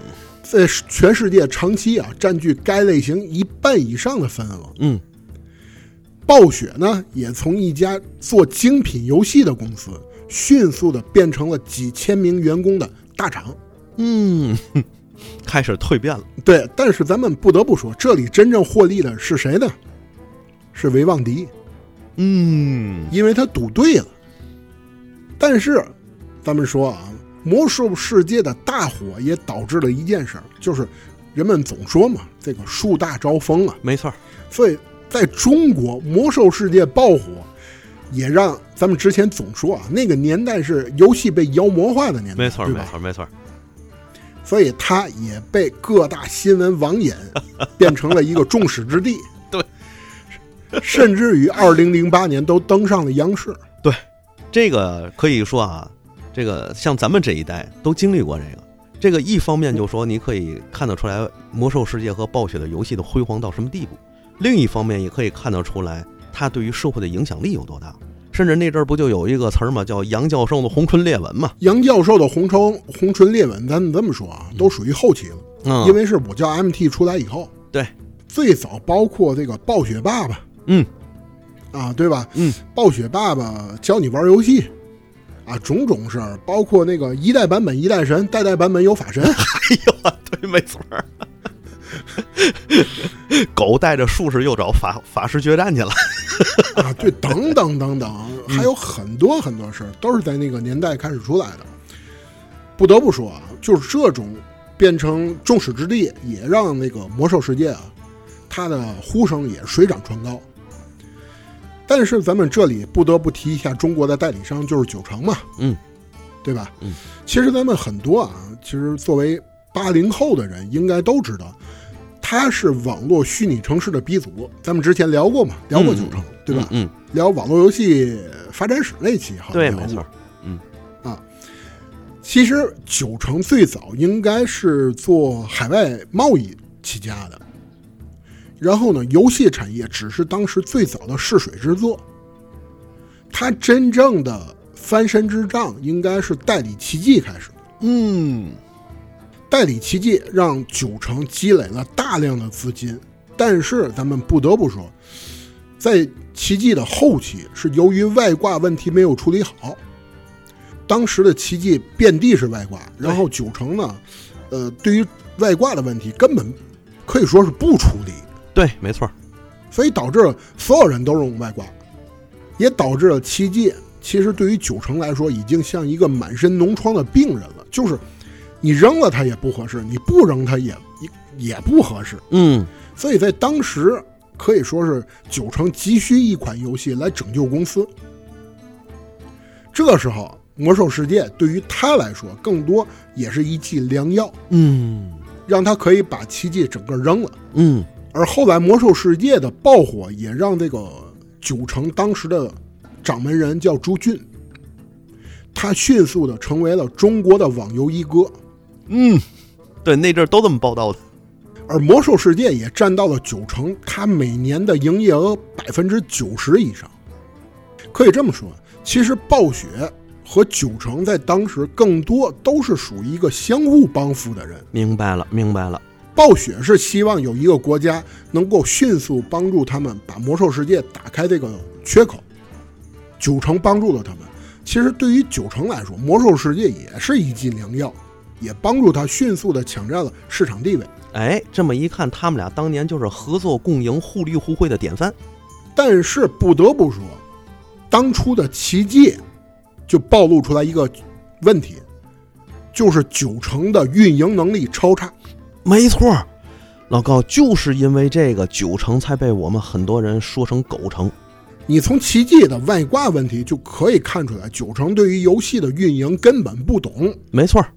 在全世界长期啊占据该类型一半以上的份额。
嗯，
暴雪呢，也从一家做精品游戏的公司，迅速的变成了几千名员工的大厂。
嗯， [laughs] 开始蜕变了。
对，但是咱们不得不说，这里真正获利的是谁呢？是维旺迪，
嗯，
因为他赌对了。但是，咱们说啊，魔兽世界的大火也导致了一件事儿，就是人们总说嘛，这个树大招风啊。
没错儿。
所以在中国，魔兽世界爆火，也让咱们之前总说啊，那个年代是游戏被妖魔化的年代，
没错儿，
对
没
吧？
错儿，没错儿。
所以它也被各大新闻网眼变成了一个众矢之的。
[laughs] 对，
甚至于二零零八年都登上了央视。
这个可以说啊，这个像咱们这一代都经历过这个。这个一方面就说你可以看得出来《魔兽世界》和暴雪的游戏的辉煌到什么地步，另一方面也可以看得出来它对于社会的影响力有多大。甚至那阵儿不就有一个词儿嘛，叫“杨教授的红唇裂纹”嘛？
杨教授的红唇红唇裂纹，咱们这么说啊，都属于后期了，
嗯，
因为是我叫 MT 出来以后，
对，
最早包括这个暴雪爸爸，
嗯
啊，对吧？
嗯，
暴雪爸爸教你玩游戏，啊，种种事儿，包括那个一代版本一代神，代代版本有法神，
哎呦，对，没错儿。狗带着术士又找法法师决战去了。
[laughs] 啊，对，等等等等，还有很多很多事儿都是在那个年代开始出来的。不得不说啊，就是这种变成众矢之的，也让那个魔兽世界啊，它的呼声也水涨船高。但是咱们这里不得不提一下中国的代理商，就是九成嘛，
嗯，
对吧？
嗯，
其实咱们很多啊，其实作为八零后的人，应该都知道，它是网络虚拟城市的鼻祖。咱们之前聊过嘛，聊过九成，对吧？
嗯，
聊网络游戏发展史那期，好像
对，
聊过
没错儿。
其实九成最早应该是做海外贸易起家的，然后呢，游戏产业只是当时最早的试水之作。它真正的翻身之仗应该是代理奇迹开始。
嗯，
代理奇迹让九成积累了大量的资金，但是咱们不得不说，在奇迹的后期是由于外挂问题没有处理好，当时的奇迹遍地是外挂，然后九成呢，呃，对于外挂的问题根本可以说是不处理，
对，没错儿。
所以导致了所有人都用外挂，也导致了奇迹其实对于九成来说已经像一个满身脓疮的病人了，就是你扔了它也不合适，你不扔它也也也不合适，
嗯，
所以在当时可以说是九成急需一款游戏来拯救公司。这个时候，《魔兽世界》对于他来说，更多也是一剂良药，
嗯，
让他可以把奇迹整个扔了。
嗯，
而后来《魔兽世界》的爆火，也让这个九成当时的掌门人叫朱俊，他迅速的成为了中国的网游一哥，
嗯，对，那阵儿都这么报道的。
而《魔兽世界》也占到了九成，它每年的营业额百分之九十以上。可以这么说，其实暴雪和九成在当时更多都是属于一个相互帮扶的人。
明白了，明白了。
暴雪是希望有一个国家能够迅速帮助他们把魔兽世界打开这个缺口，九成帮助了他们。其实对于九成来说，魔兽世界也是一剂良药，也帮助他迅速的抢占了市场地位。
哎，这么一看，他们俩当年就是合作共赢、互利互惠的典范。
但是不得不说，当初的奇迹就暴露出来一个问题，就是九成的运营能力超差。
没错儿，老高就是因为这个九成才被我们很多人说成狗城。
你从奇迹的外挂问题就可以看出来，九成对于游戏的运营根本不懂，
没错儿，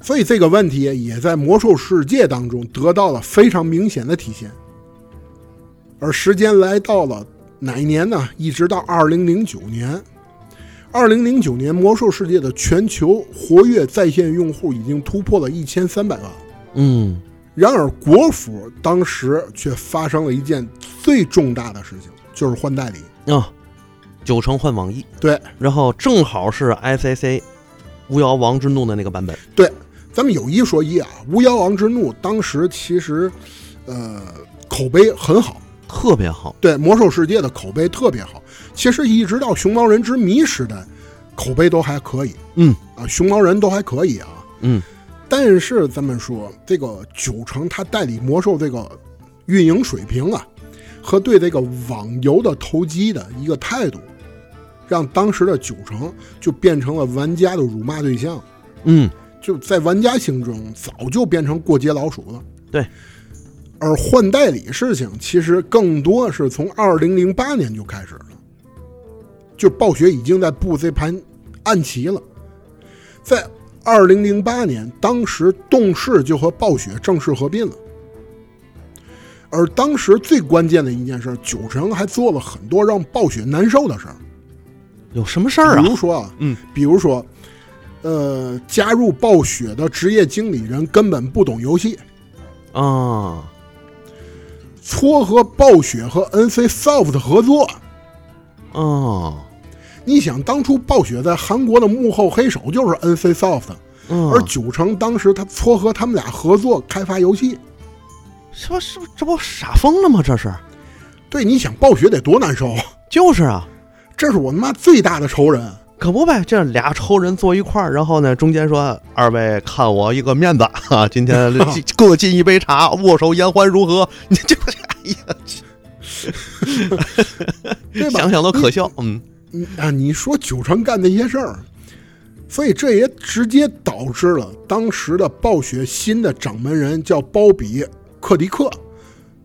所以这个问题也在魔兽世界当中得到了非常明显的体现。而时间来到了哪一年呢？一直到二零零九年。二零零九年，魔兽世界的全球活跃在线用户已经突破了一千三百万。
嗯，
然而，国服当时却发生了一件最重大的事情，就是换代理。
啊、九成换网易，
对，
然后正好是 ICC 巫妖王之怒的那个版本。
对，咱们有一说一啊，《巫妖王之怒》当时其实，呃，口碑很好，
特别好，
对《魔兽世界》的口碑特别好。其实一直到《熊猫人之谜》时代，口碑都还可以
嗯
啊，《熊猫人》都还可以啊。
嗯，
但是咱们说，这个九成他代理魔兽这个运营水平啊，和对这个网游的投机的一个态度，让当时的九成就变成了玩家的辱骂对象。
嗯，
就在玩家心中早就变成过街老鼠了。
对，
而换代理事情其实更多是从二零零八年就开始了，就暴雪已经在布这盘暗棋了。在二零零八年，当时动视就和暴雪正式合并了。而当时最关键的一件事，九成还做了很多让暴雪难受的事儿，
有什么事儿啊
比？如说啊，
嗯，
比如说，呃，加入暴雪的职业经理人根本不懂游戏，
啊，
撮合暴雪和 NC Soft 合作。
哦，
你想，当初暴雪在韩国的幕后黑手就是 NC Soft，
嗯，
而九成当时他撮合他们俩合作开发游戏。
这不是不这不傻疯了吗？这是，
对，你想暴雪得多难受啊！
就是啊，
这是我他妈最大的仇人。
可不呗，这俩仇人坐一块儿，然后呢，中间说二位看我一个面子啊，今 [laughs] 天敬各敬一杯茶，握手言欢如何？ [laughs] 你这不是，哎呀，
对吧
想想都可笑。嗯
你啊，你说九成干那些事儿，所以这也直接导致了当时的暴雪新的掌门人叫鲍比·克迪克，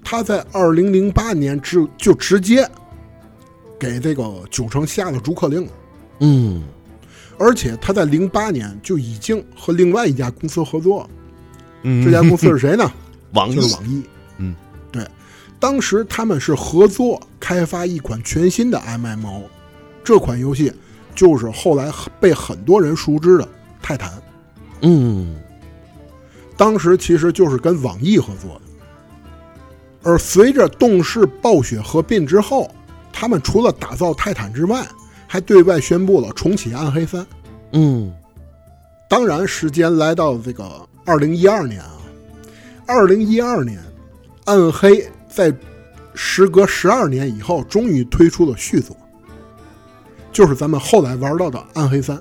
他在二零零八年之就直接给这个九成下了逐客令了，
嗯，
而且他在零八年就已经和另外一家公司合作，
嗯
这家公司是谁呢？
网易
就是网易。
嗯，
对，当时他们是合作开发一款全新的 MMO，这款游戏就是后来被很多人熟知的《泰坦》。
嗯，
当时其实就是跟网易合作的。而随着动视、暴雪合并之后，他们除了打造《泰坦》之外，还对外宣布了重启《暗黑三》。
嗯，
当然，时间来到这个二零一二年啊，二零一二年，暗黑在时隔十二年以后，终于推出了续作，就是咱们后来玩到的《暗黑三》。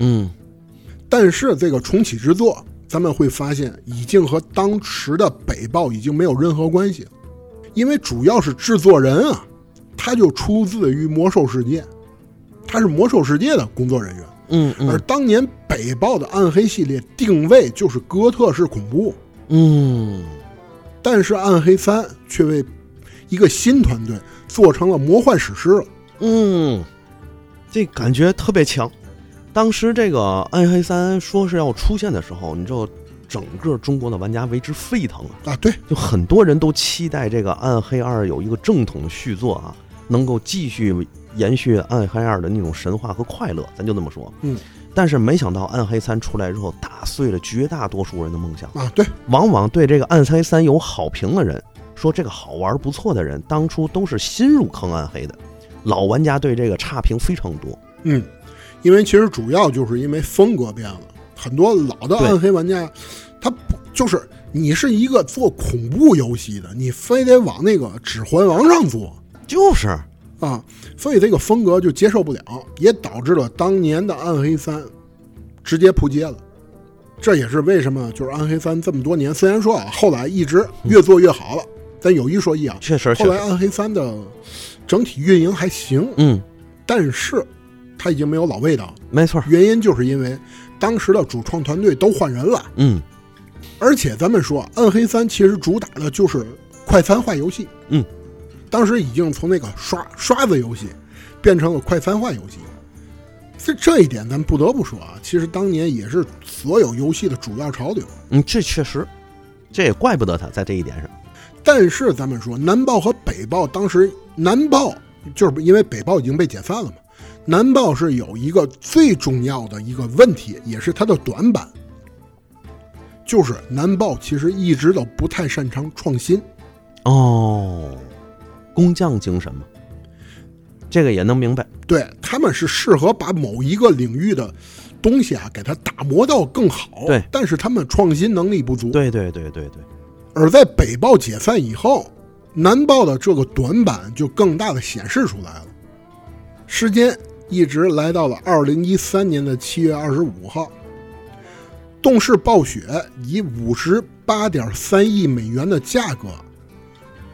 嗯，
但是这个重启之作，咱们会发现已经和当时的北爆已经没有任何关系了，因为主要是制作人啊，他就出自于魔兽世界，他是魔兽世界的工作人员。
嗯，
而
嗯，
当年北豹的暗黑系列定位就是哥特式恐怖，
嗯，
但是暗黑三却为一个新团队做成了魔幻史诗了。
嗯，这感觉特别强。当时这个《暗黑三》说是要出现的时候，你知道，整个中国的玩家为之沸腾啊。
啊，对，
就很多人都期待这个《暗黑二》有一个正统的续作啊，能够继续延续《暗黑二》的那种神话和快乐，咱就这么说。
嗯，
但是没想到《暗黑三》出来之后，打碎了绝大多数人的梦想。
啊，对，
往往对这个《暗黑三》有好评的人，说这个好玩不错的人，当初都是新入坑暗黑的，老玩家对这个差评非常多。
嗯，因为其实主要就是因为风格变了，很多老的
对
暗黑玩家，他不就是你是一个做恐怖游戏的，你非得往那个《指环王》上做
就是
啊，所以这个风格就接受不了，也导致了当年的《暗黑三》直接扑街了。这也是为什么就是《暗黑三》这么多年，虽然说啊后来一直越做越好了，但有一说一啊，
嗯确实确
后来《
实，
暗黑三》的整体运营还行，
嗯，
但是它已经没有老味道了。
没错儿，
原因就是因为当时的主创团队都换人了，
嗯
而且咱们说，《暗黑三》其实主打的就是快餐化游戏。
嗯，
当时已经从那个刷刷子游戏变成了快餐化游戏。这这一点，咱不得不说啊，其实当年也是所有游戏的主要潮流。
嗯，这确实，这也怪不得他在这一点上，
但是咱们说，南报和北报当时南报就是因为北报已经被解散了嘛，南报是有一个最重要的一个问题，也是它的短板，就是南报其实一直都不太擅长创新。
哦，工匠精神嘛，这个也能明白，
对，他们是适合把某一个领域的东西啊，给它打磨到更好。
对
但是他们创新能力不足。
对对对对对，
而在北报解散以后，南报的这个短板就更大的显示出来了。时间一直来到了二零一三年的七月二十五号，动视暴雪以五十八点三亿美元的价格，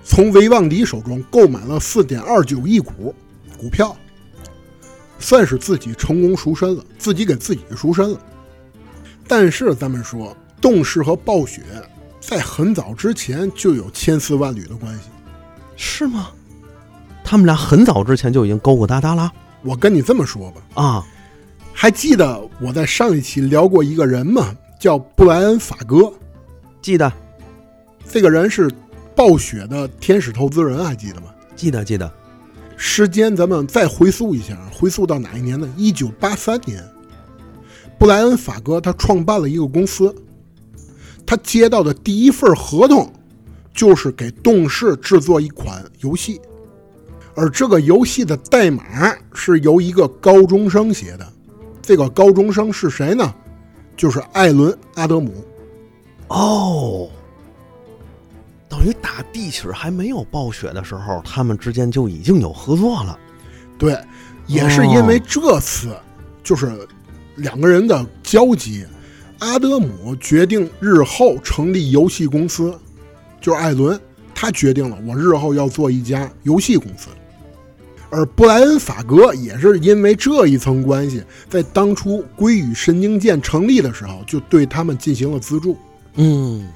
从维旺迪手中购买了四点二九亿股股票，算是自己成功赎身了，自己给自己赎身了。但是咱们说，动视和暴雪在很早之前就有千丝万缕的关系。
是吗？他们俩很早之前就已经勾勾搭搭了
我跟你这么说吧，
啊，
还记得我在上一期聊过一个人吗？叫布莱恩·法戈，
记得
这个人是暴雪的天使投资人，还记得吗？
记得记得，
时间咱们再回溯一下，回溯到哪一年呢？一九八三年，布莱恩·法戈他创办了一个公司，他接到的第一份合同就是给动视制作一款游戏，而这个游戏的代码是由一个高中生写的，这个高中生是谁呢？就是艾伦·阿德姆。
哦，等于打地起儿还没有暴雪的时候，他们之间就已经有合作了。
对，也是因为这次就是两个人的交集，阿德姆决定日后成立游戏公司，就是艾伦，他决定了我日后要做一家游戏公司。而布莱恩·法格也是因为这一层关系，在当初归与神经剑成立的时候，就对他们进行了资助。
嗯，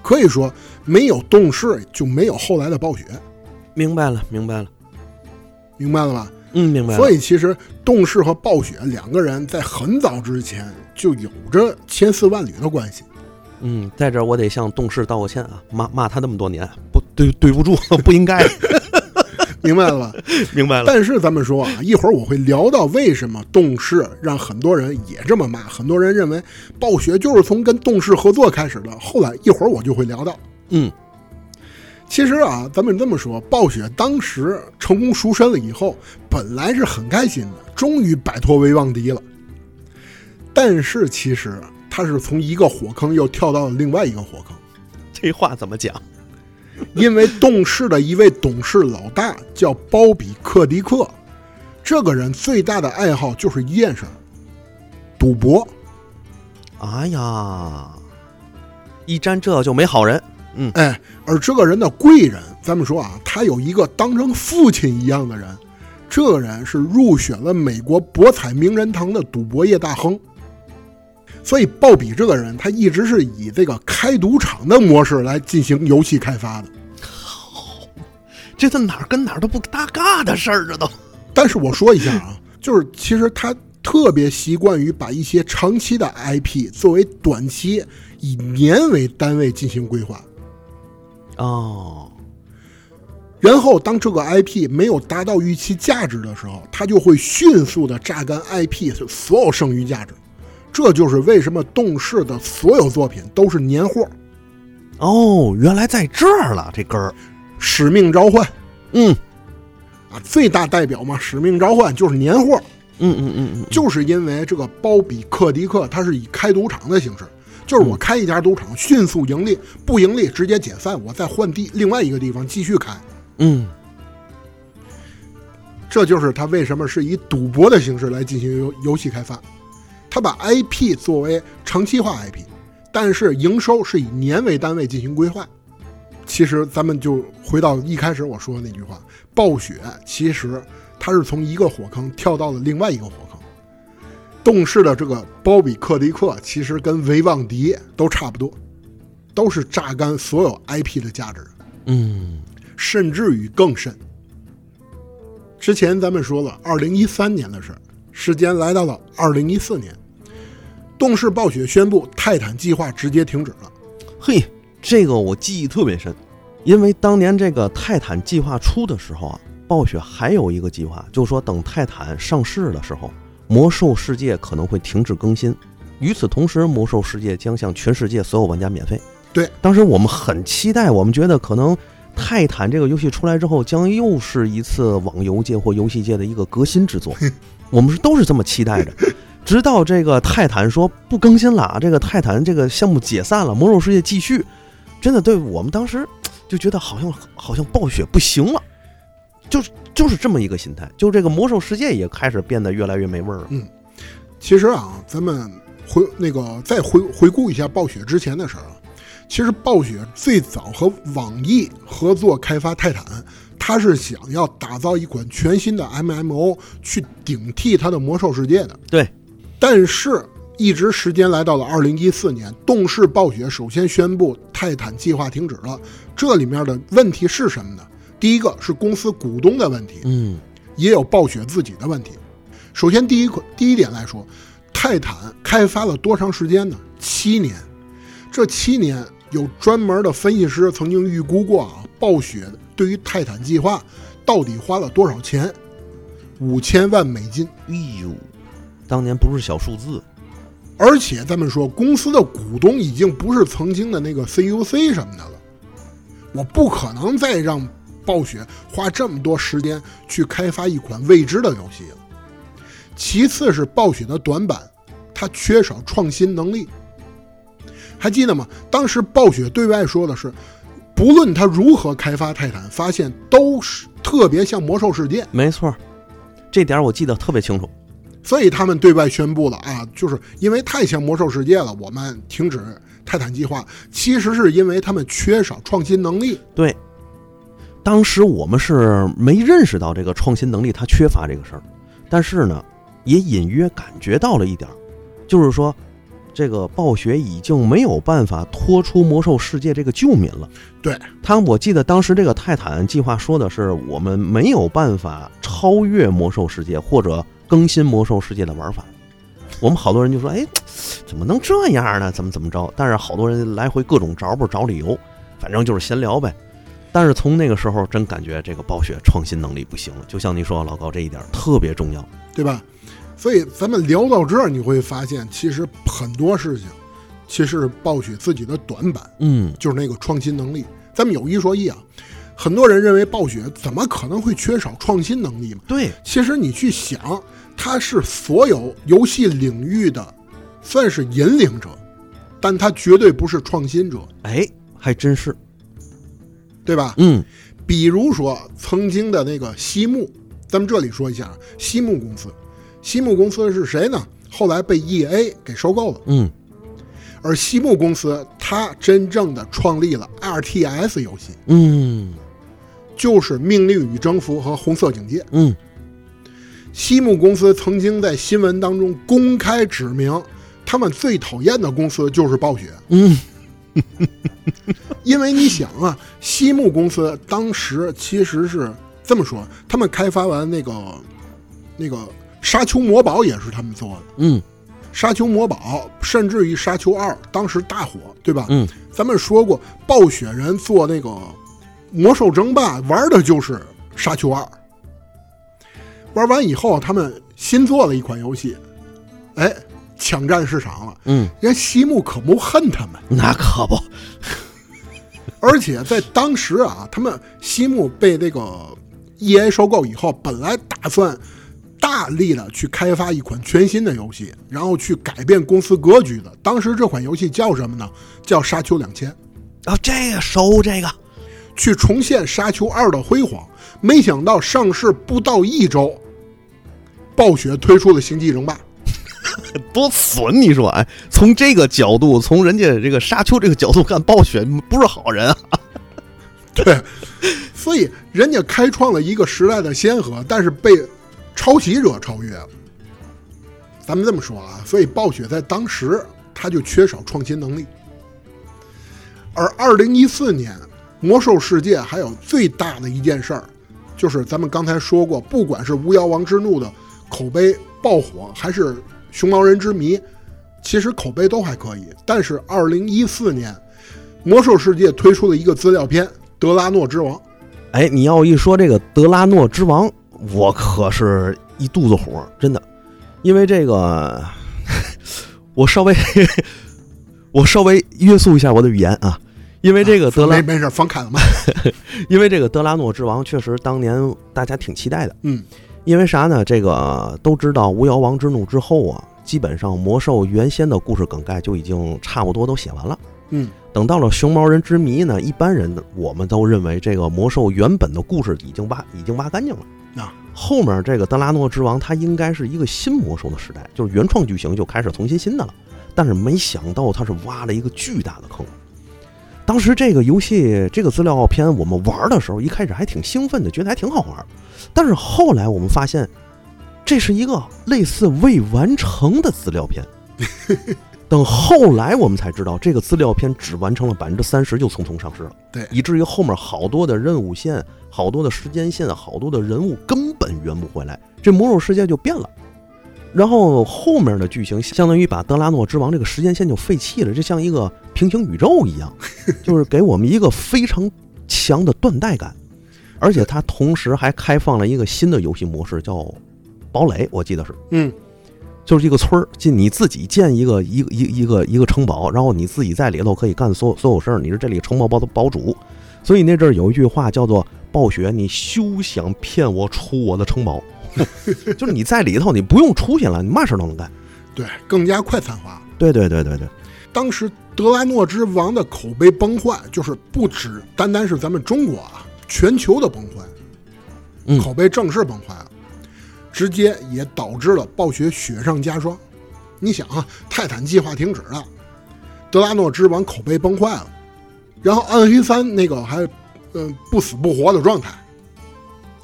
可以说，没有动视就没有后来的暴雪，
明白了，明白了，
明白了吧？
嗯，明白了。
所以其实动视和暴雪两个人在很早之前就有着千丝万缕的关 [laughs] 系。
嗯，在这儿我得向动视道个歉啊，骂骂他那么多年，不对，对不住， [laughs] 不应该。
明白了吧？
明白了，
[laughs] 但是咱们说啊，一会儿我会聊到为什么动视让很多人也这么骂，很多人认为暴雪就是从跟动视合作开始的。后来一会儿我就会聊到。
嗯，
其实啊，咱们这么说，暴雪当时成功赎身了以后，本来是很开心的，终于摆脱维旺迪了。但是其实他是从一个火坑又跳到了另外一个火坑，
这话怎么讲？
因为动视的一位董事老大叫鲍比·克迪克，这个人最大的爱好就是一件事儿——赌博。
哎呀，一沾这就没好人。嗯，
哎，而这个人的贵人，咱们说啊，他有一个当成父亲一样的人，这个人是入选了美国博彩名人堂的赌博业大亨。所以鲍比这个人，他一直是以这个开赌场的模式来进行游戏开发的。
这在哪儿跟哪儿都不搭嘎的事儿，这啊都。
但是我说一下啊，就是其实他特别习惯于把一些长期的 IP 作为短期以年为单位进行规划，
哦，
然后当这个 IP 没有达到预期价值的时候，他就会迅速的榨干 IP 所有剩余价值。这就是为什么动视的所有作品都是年货，《
哦，原来在这儿了，这根儿。
使命召唤》
嗯，
啊，最大代表嘛，《使命召唤》就是年货。
嗯嗯嗯嗯，
就是因为这个包比克迪克，它是以开赌场的形式，就是
嗯
我开一家赌场，迅速盈利，不盈利直接解散，我再换地另外一个地方继续开。
嗯
这就是它为什么是以赌博的形式来进行游游戏开发。它把 IP 作为长期化 IP，但是营收是以年为单位进行规划。其实咱们就回到一开始我说的那句话，暴雪其实它是从一个火坑跳到了另外一个火坑。动视的这个包比克迪克其实跟维旺迪都差不多，都是榨干所有 IP 的价值。
嗯
甚至于更甚。之前咱们说了，二零一三年的事儿，时间来到了二零一四年，动视暴雪宣布泰坦计划直接停止了。
嘿，这个我记忆特别深，因为当年这个泰坦计划出的时候啊，暴雪还有一个计划，就说等泰坦上市的时候，魔兽世界可能会停止更新。与此同时，魔兽世界将向全世界所有玩家免费。
对，
当时我们很期待，我们觉得可能泰坦这个游戏出来之后，将又是一次网游界或游戏界的一个革新之作。我们是都是这么期待的，直到这个泰坦说不更新了啊，这个泰坦这个项目解散了，魔兽世界继续，真的对我们当时就觉得好像好像暴雪不行了，就是就是这么一个心态，就这个魔兽世界也开始变得越来越没味儿了。
其实啊，咱们回那个再回回顾一下暴雪之前的事儿啊。其实暴雪最早和网易合作开发《泰坦》，它是想要打造一款全新的 MMO 去顶替它的《魔兽世界》的。
对，
但是，一直时间来到了二零一四年，动视暴雪首先宣布泰坦计划停止了。这里面的问题是什么呢？第一个是公司股东的问题，
嗯
也有暴雪自己的问题。首先，第一个第一点来说，泰坦开发了多长时间呢？七年。这七年有专门的分析师曾经预估过啊，暴雪对于泰坦计划到底花了多少钱？五千万美金。
哎呦，当年不是小数字，
而且咱们说，公司的股东已经不是曾经的那个 CUC 什么的了，我不可能再让暴雪花这么多时间去开发一款未知的游戏了。其次是暴雪的短板，它缺少创新能力。还记得吗？当时暴雪对外说的是，不论它如何开发泰坦，发现都是特别像魔兽世界，
没错儿，这点儿我记得特别清楚。
所以他们对外宣布了啊，就是因为太像魔兽世界了，我们停止泰坦计划。其实是因为他们缺少创新能力。
对，当时我们是没认识到这个创新能力它缺乏这个事儿，但是呢，也隐约感觉到了一点儿，就是说，这个暴雪已经没有办法拖出魔兽世界这个救民了。
对
他，我记得当时这个泰坦计划说的是，我们没有办法超越魔兽世界或者更新魔兽世界的玩法。我们好多人就说，哎，怎么能这样呢？怎么怎么着？但是好多人来回各种找补找理由，反正就是闲聊呗。但是从那个时候，真感觉这个暴雪创新能力不行了。就像你说，老高这一点特别重要。
对吧？所以咱们聊到这儿，你会发现，其实很多事情其实是暴雪自己的短板，
嗯，
就是那个创新能力。咱们有一说一啊，很多人认为暴雪怎么可能会缺少创新能力嘛？
对，
其实你去想，他是所有游戏领域的算是引领者，但他绝对不是创新者，
哎，还真是。
对吧？
嗯
比如说曾经的那个西木，咱们这里说一下啊，西木公司，西木公司是谁呢？后来被 E A 给收购了，
嗯，
而西木公司它真正的创立了 R T S 游戏，
嗯
就是《命令与征服》和《红色警戒》。
嗯，
西木公司曾经在新闻当中公开指明，他们最讨厌的公司就是暴雪。
嗯，
因为你想啊，西木公司当时其实是这么说，他们开发完那个那个《沙丘魔堡》也是他们做的，
嗯
《沙丘魔堡》甚至于《沙丘二》当时大火，对吧？
嗯，
咱们说过，暴雪人做那个《魔兽争霸》玩的就是《沙丘二》，玩完以后，他们新做了一款游戏，哎，抢占市场了。
嗯，
人家西木可不恨他们，
那可不。
而且在当时啊，他们西木被这个 E A 收购以后，本来打算大大力的去开发一款全新的游戏，然后去改变公司格局的。当时这款游戏叫什么呢？叫《沙丘两千》，
然后啊这个熟这个，
去重现《沙丘二》的辉煌。没想到上市不到一周，暴雪推出了《星际争霸》。
多损！你说，哎，从这个角度，从人家这个沙丘这个角度看，暴雪不是好人啊。
对，所以人家开创了一个时代的先河，但是被抄袭者超越了。咱们这么说啊，所以暴雪在当时它就缺少创新能力。而二零一四年，魔兽世界还有最大的一件事儿，就是咱们刚才说过，不管是《巫妖王之怒》的口碑爆火，还是《熊猫人之谜》，其实口碑都还可以。但是二零一四年，魔兽世界推出了一个资料片《德拉诺之王》，
哎，你要一说这个德拉诺之王，我可是一肚子火，真的，因为这个， [laughs] 我稍微 [laughs] 我稍微约束一下我的语言啊，因为这个德拉，
没没事，放开了嘛。
因为这个德拉诺之王确实当年大家挺期待的，
嗯，
因为啥呢？这个都知道《巫妖王之怒》之后啊，基本上魔兽原先的故事梗概就已经差不多都写完了。
嗯，
等到了《熊猫人之谜》呢，一般人我们都认为这个魔兽原本的故事已经挖已经挖干净了。
啊，
后面这个德拉诺之王，它应该是一个新魔兽的时代，就是原创剧情就开始重新新的了。但是没想到它是挖了一个巨大的坑。当时这个游戏这个资料片我们玩的时候，一开始还挺兴奋的，觉得还挺好玩。但是后来我们发现，这是一个类似未完成的资料片。等后来我们才知道，这个资料片只完成了百分之三十就匆匆上市了，
对
以至于后面好多的任务线、好多的时间线、好多的人物根本圆不回来，这魔兽世界就变了。然后后面的剧情相当于把德拉诺之王这个时间线就废弃了，这像一个平行宇宙一样，就是给我们一个非常强的断代感。而且它同时还开放了一个新的游戏模式，叫堡垒，我记得是。
嗯，
就是一个村儿，进你自己建一个一个一个一个一个城堡，然后你自己在里头可以干所有所有事儿，你是这里城堡堡堡主。所以那阵儿有一句话叫做“暴雪，你休想骗我出我的城 [laughs] 堡”，就是你在里头你不用出去了，你嘛事儿都能干。
对，更加快餐化。
对对对对对，
当时《德拉诺之王》的口碑崩坏，就是不止单单是咱们中国啊，全球的崩坏，
嗯
口碑正式崩坏了，直接也导致了暴雪雪上加霜。你想啊，泰坦计划停止了，《德拉诺之王》口碑崩坏了，然后《暗黑三》那个还嗯、不死不活的状态，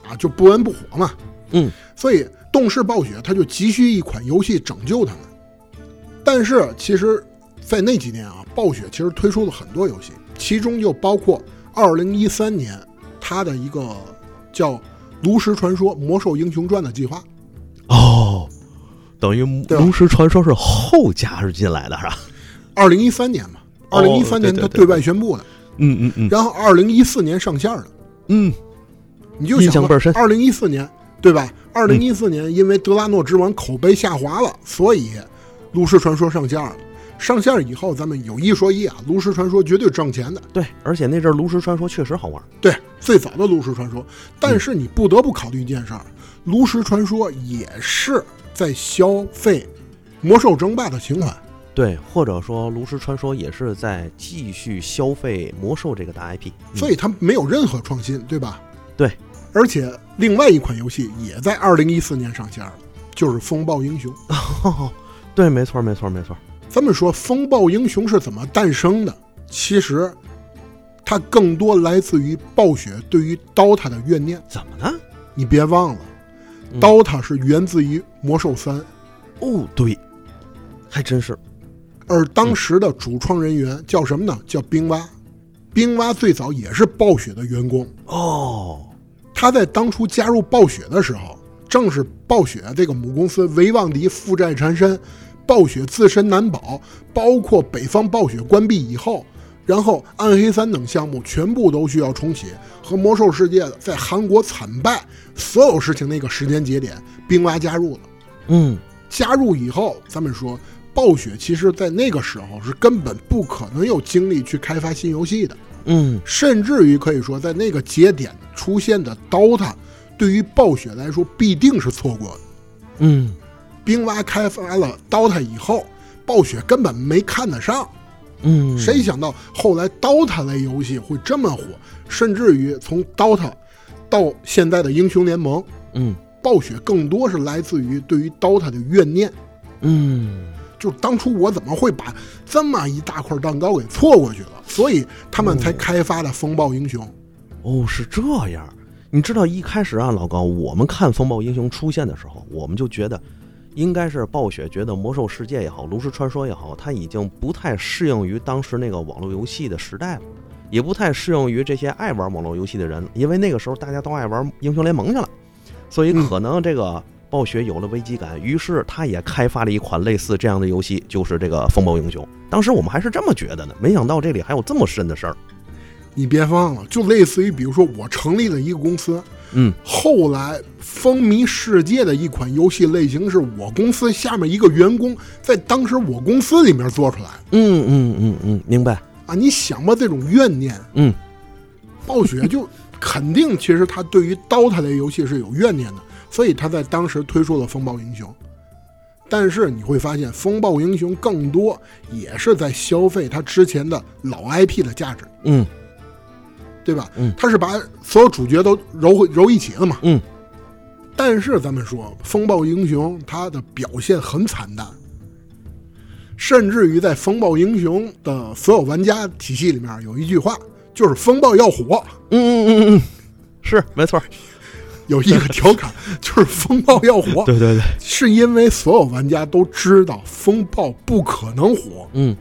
啊，就不温不火嘛。
嗯，
所以动视暴雪他就急需一款游戏拯救他们。但是其实，在那几年啊，暴雪其实推出了很多游戏，其中就包括2013年它的一个叫《炉石传说：魔兽英雄传》的计划。
哦，等于
对吧
炉石传说是后加入进来的是吧？
2013年嘛，
哦
2 0 1 3
对
年
对
它
对
对外宣布的，
嗯嗯嗯
然后2014年上线的，
嗯，
你就想
印象倍儿深
二零一四年对吧？二零一四年因为德拉诺之王口碑下滑了，所以炉石传说上线了。上线以后，咱们有一说一啊，炉石传说绝对挣钱的，
对，而且那阵儿炉石传说确实好玩。
对，最早的炉石传说。但
嗯
是你不得不考虑一件事儿，炉石传说也是在消费魔兽争霸的情怀。
对，或者说炉石传说也是在继续消费魔兽这个大嗯 IP，
所
以
以它没有任何创新，对吧？
对。
而且另外一款游戏也在二零一四年上线了，就是《风暴英雄》。
哦， [laughs] 对，没错，没错，没错。
咱们说风暴英雄是怎么诞生的？其实，它更多来自于暴雪对于 DOTA 的怨念。
怎么呢？
你别忘了、
嗯
d o t a 是源自于魔兽三，
哦，对，还真是。
而当时的主创人员叫什么呢？叫冰蛙。冰蛙最早也是暴雪的员工，
哦，
他在当初加入暴雪的时候，正是暴雪这个母公司维旺迪负债缠身，暴雪自身难保，包括北方暴雪关闭以后，然后暗黑三等项目全部都需要重启，和魔兽世界在韩国惨败，所有事情那个时间节点，冰蛙加入了。
嗯，
加入以后，咱们说暴雪其实在那个时候是根本不可能有精力去开发新游戏的。
嗯，
甚至于可以说，在那个节点出现的 DOTA，对于暴雪来说必定是错过的。
嗯，
冰蛙开发了 DOTA 以后，暴雪根本没看得上。
嗯，
谁想到后来 DOTA 类游戏会这么火，甚至于从 DOTA 到现在的英雄联盟，
嗯
暴雪更多是来自于对于 DOTA 的怨念。
嗯
就是当初我怎么会把这么一大块蛋糕给错过去了？所以他们才开发了风暴英雄。
哦，是这样。你知道一开始啊，老高，我们看《风暴英雄》出现的时候，我们就觉得，应该是暴雪觉得《魔兽世界》也好，《炉石传说》也好，它已经不太适应于当时那个网络游戏的时代了，也不太适应于这些爱玩网络游戏的人了，因为那个时候大家都爱玩英雄联盟去了，所以可能这个暴雪有了危机感，于是他也开发了一款类似这样的游戏，就是这个《风暴英雄》。当时我们还是这么觉得呢，没想到这里还有这么深的事儿。
你别忘了，就类似于比如说我成立了一个公司，
嗯，
后来风靡世界的一款游戏类型是我公司下面一个员工在当时我公司里面做出来
嗯嗯嗯嗯，明白。
啊！你想吧，这种怨念，
嗯，
暴雪就肯定其实他对于 DOTA 类游戏是有怨念的，所以他在当时推出了风暴英雄。但是你会发现，风暴英雄更多也是在消费他之前的老 IP 的价值。
嗯
对吧？
嗯
他是把所有主角都揉回揉一起了嘛。
嗯。
但是咱们说，风暴英雄他的表现很惨淡，甚至于在风暴英雄的所有玩家体系里面有一句话，就是“风暴要火
嗯嗯嗯嗯，是没错。”，
有一个
[laughs]
调侃就是“风暴要火
对对对，”，
是因为所有玩家都知道风暴不可能火，
嗯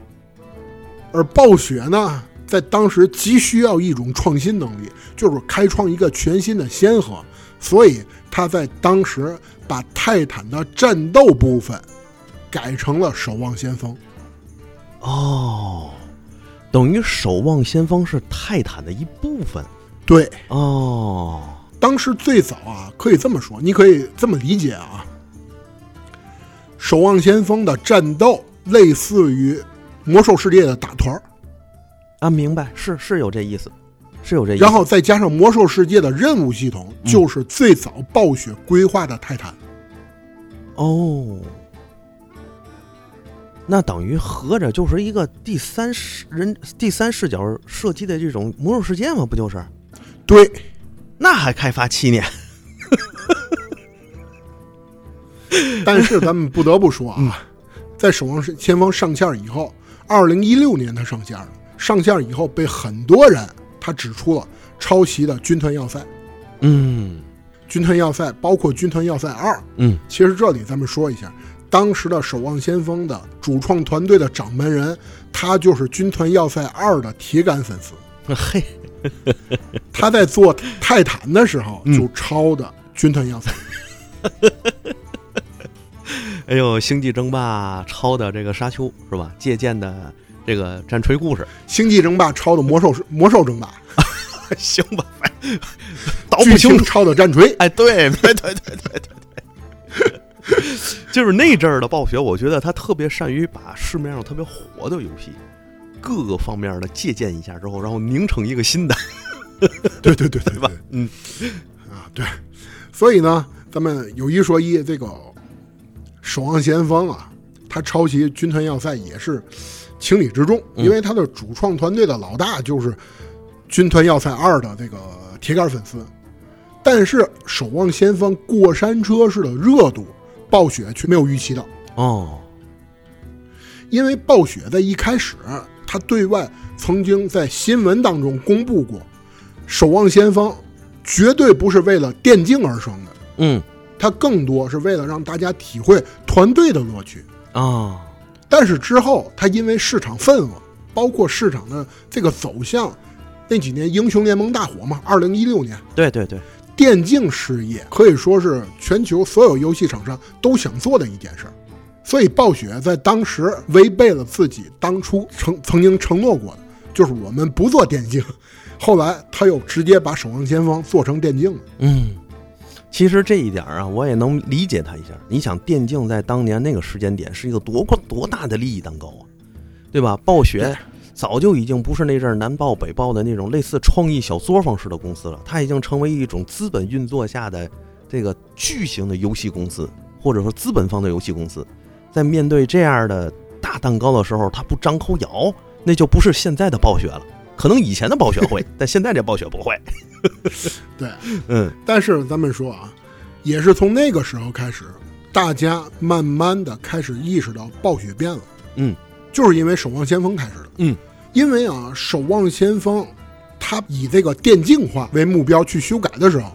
而暴雪呢，在当时急需要一种创新能力，就是开创一个全新的先河，所以他在当时把泰坦的战斗部分改成了守望先锋。
哦，等于《守望先锋》是泰坦的一部分
对，
哦。
当时最早啊，可以这么说，你可以这么理解啊，守望先锋的战斗类似于魔兽世界的打团儿，
啊，明白，是是有这意思，是有这意思。
然后再加上魔兽世界的任务系统，就是最早暴雪规划的泰坦。
哦，那等于合着就是一个第三视人、第三视角射击的这种魔兽世界嘛，不就是？
对，
那还开发七年？ [laughs]
但是咱们不得不说
嗯
啊，在《守望先锋》上线以后，二零一六年它上线了，上线以后被很多人他指出了抄袭的军团要塞《
嗯
军团要塞》，《包括《军团要塞二》。
嗯
其实这里咱们说一下，当时的《守望先锋》的主创团队的掌门人，他就是《军团要塞二》的铁杆粉丝。
嗯嘿，
他在做泰坦的时候
嗯
就抄的《军团要塞》
哎呦，《星际争霸》抄的这个沙丘是吧？借鉴的这个战锤故事，
星际争霸》抄的《魔兽魔兽争霸
行吧， [laughs] 反正倒》，
剧
哦不清
情
楚。
抄的《战锤》。
[laughs] 哎，对对对对对对 [laughs] 对，就是那阵儿的暴雪，我觉得他特别善于把市面上特别火的游戏，各个方面的借鉴一下之后，然后拧成一个新的，
[laughs] 对对对对
对
对
吧。？嗯
啊，对，所以呢，咱们有一说一，这个《守望先锋》啊，它抄袭《军团要塞》也是情理之中，
嗯
因为它的主创团队的老大就是《军团要塞二》的这个铁杆粉丝。但是《守望先锋》过山车式的热度，暴雪却没有预期到，
哦，
因为暴雪在一开始，他对外曾经在新闻当中公布过，《守望先锋》绝对不是为了电竞而生的，
嗯
它更多是为了让大家体会团队的乐趣。
啊、
但是之后，它因为市场份额，包括市场的这个走向，那几年英雄联盟大火嘛，二零一六年，
对对对，
电竞事业可以说是全球所有游戏厂商都想做的一件事儿。所以，暴雪在当时违背了自己当初曾曾经承诺过的，就是我们不做电竞。后来，他又直接把《守望先锋》做成电竞了。
嗯。其实这一点儿啊，我也能理解他一下。你想，电竞在当年那个时间点是一个多多大的利益蛋糕啊，对吧？暴雪早就已经不是那阵儿南报北报的那种类似创意小作坊式的公司了，它已经成为一种资本运作下的这个巨型的游戏公司。或者说资本方的游戏公司，在面对这样的大蛋糕的时候，他不张口咬，那就不是现在的暴雪了。可能以前的暴雪会，但现在这暴雪不会。
对，
嗯，
但是咱们说啊，也是从那个时候开始，大家慢慢的开始意识到暴雪变了。
嗯，
就是因为《守望先锋》开始的。
嗯，
因为啊，《守望先锋》它以这个电竞化为目标去修改的时候，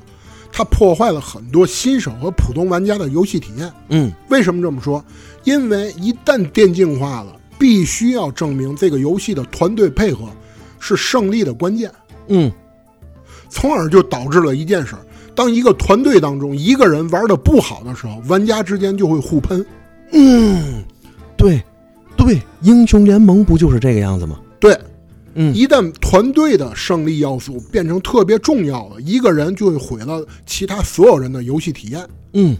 它破坏了很多新手和普通玩家的游戏体验。
嗯，
为什么这么说？因为一旦电竞化了，必须要证明这个游戏的团队配合是胜利的关键。
嗯，
从而就导致了一件事儿：当一个团队当中一个人玩的不好的时候，玩家之间就会互喷。
对，对，英雄联盟不就是这个样子吗？
对，
嗯
一旦团队的胜利要素变成特别重要了，一个人就会毁了其他所有人的游戏体验，
嗯，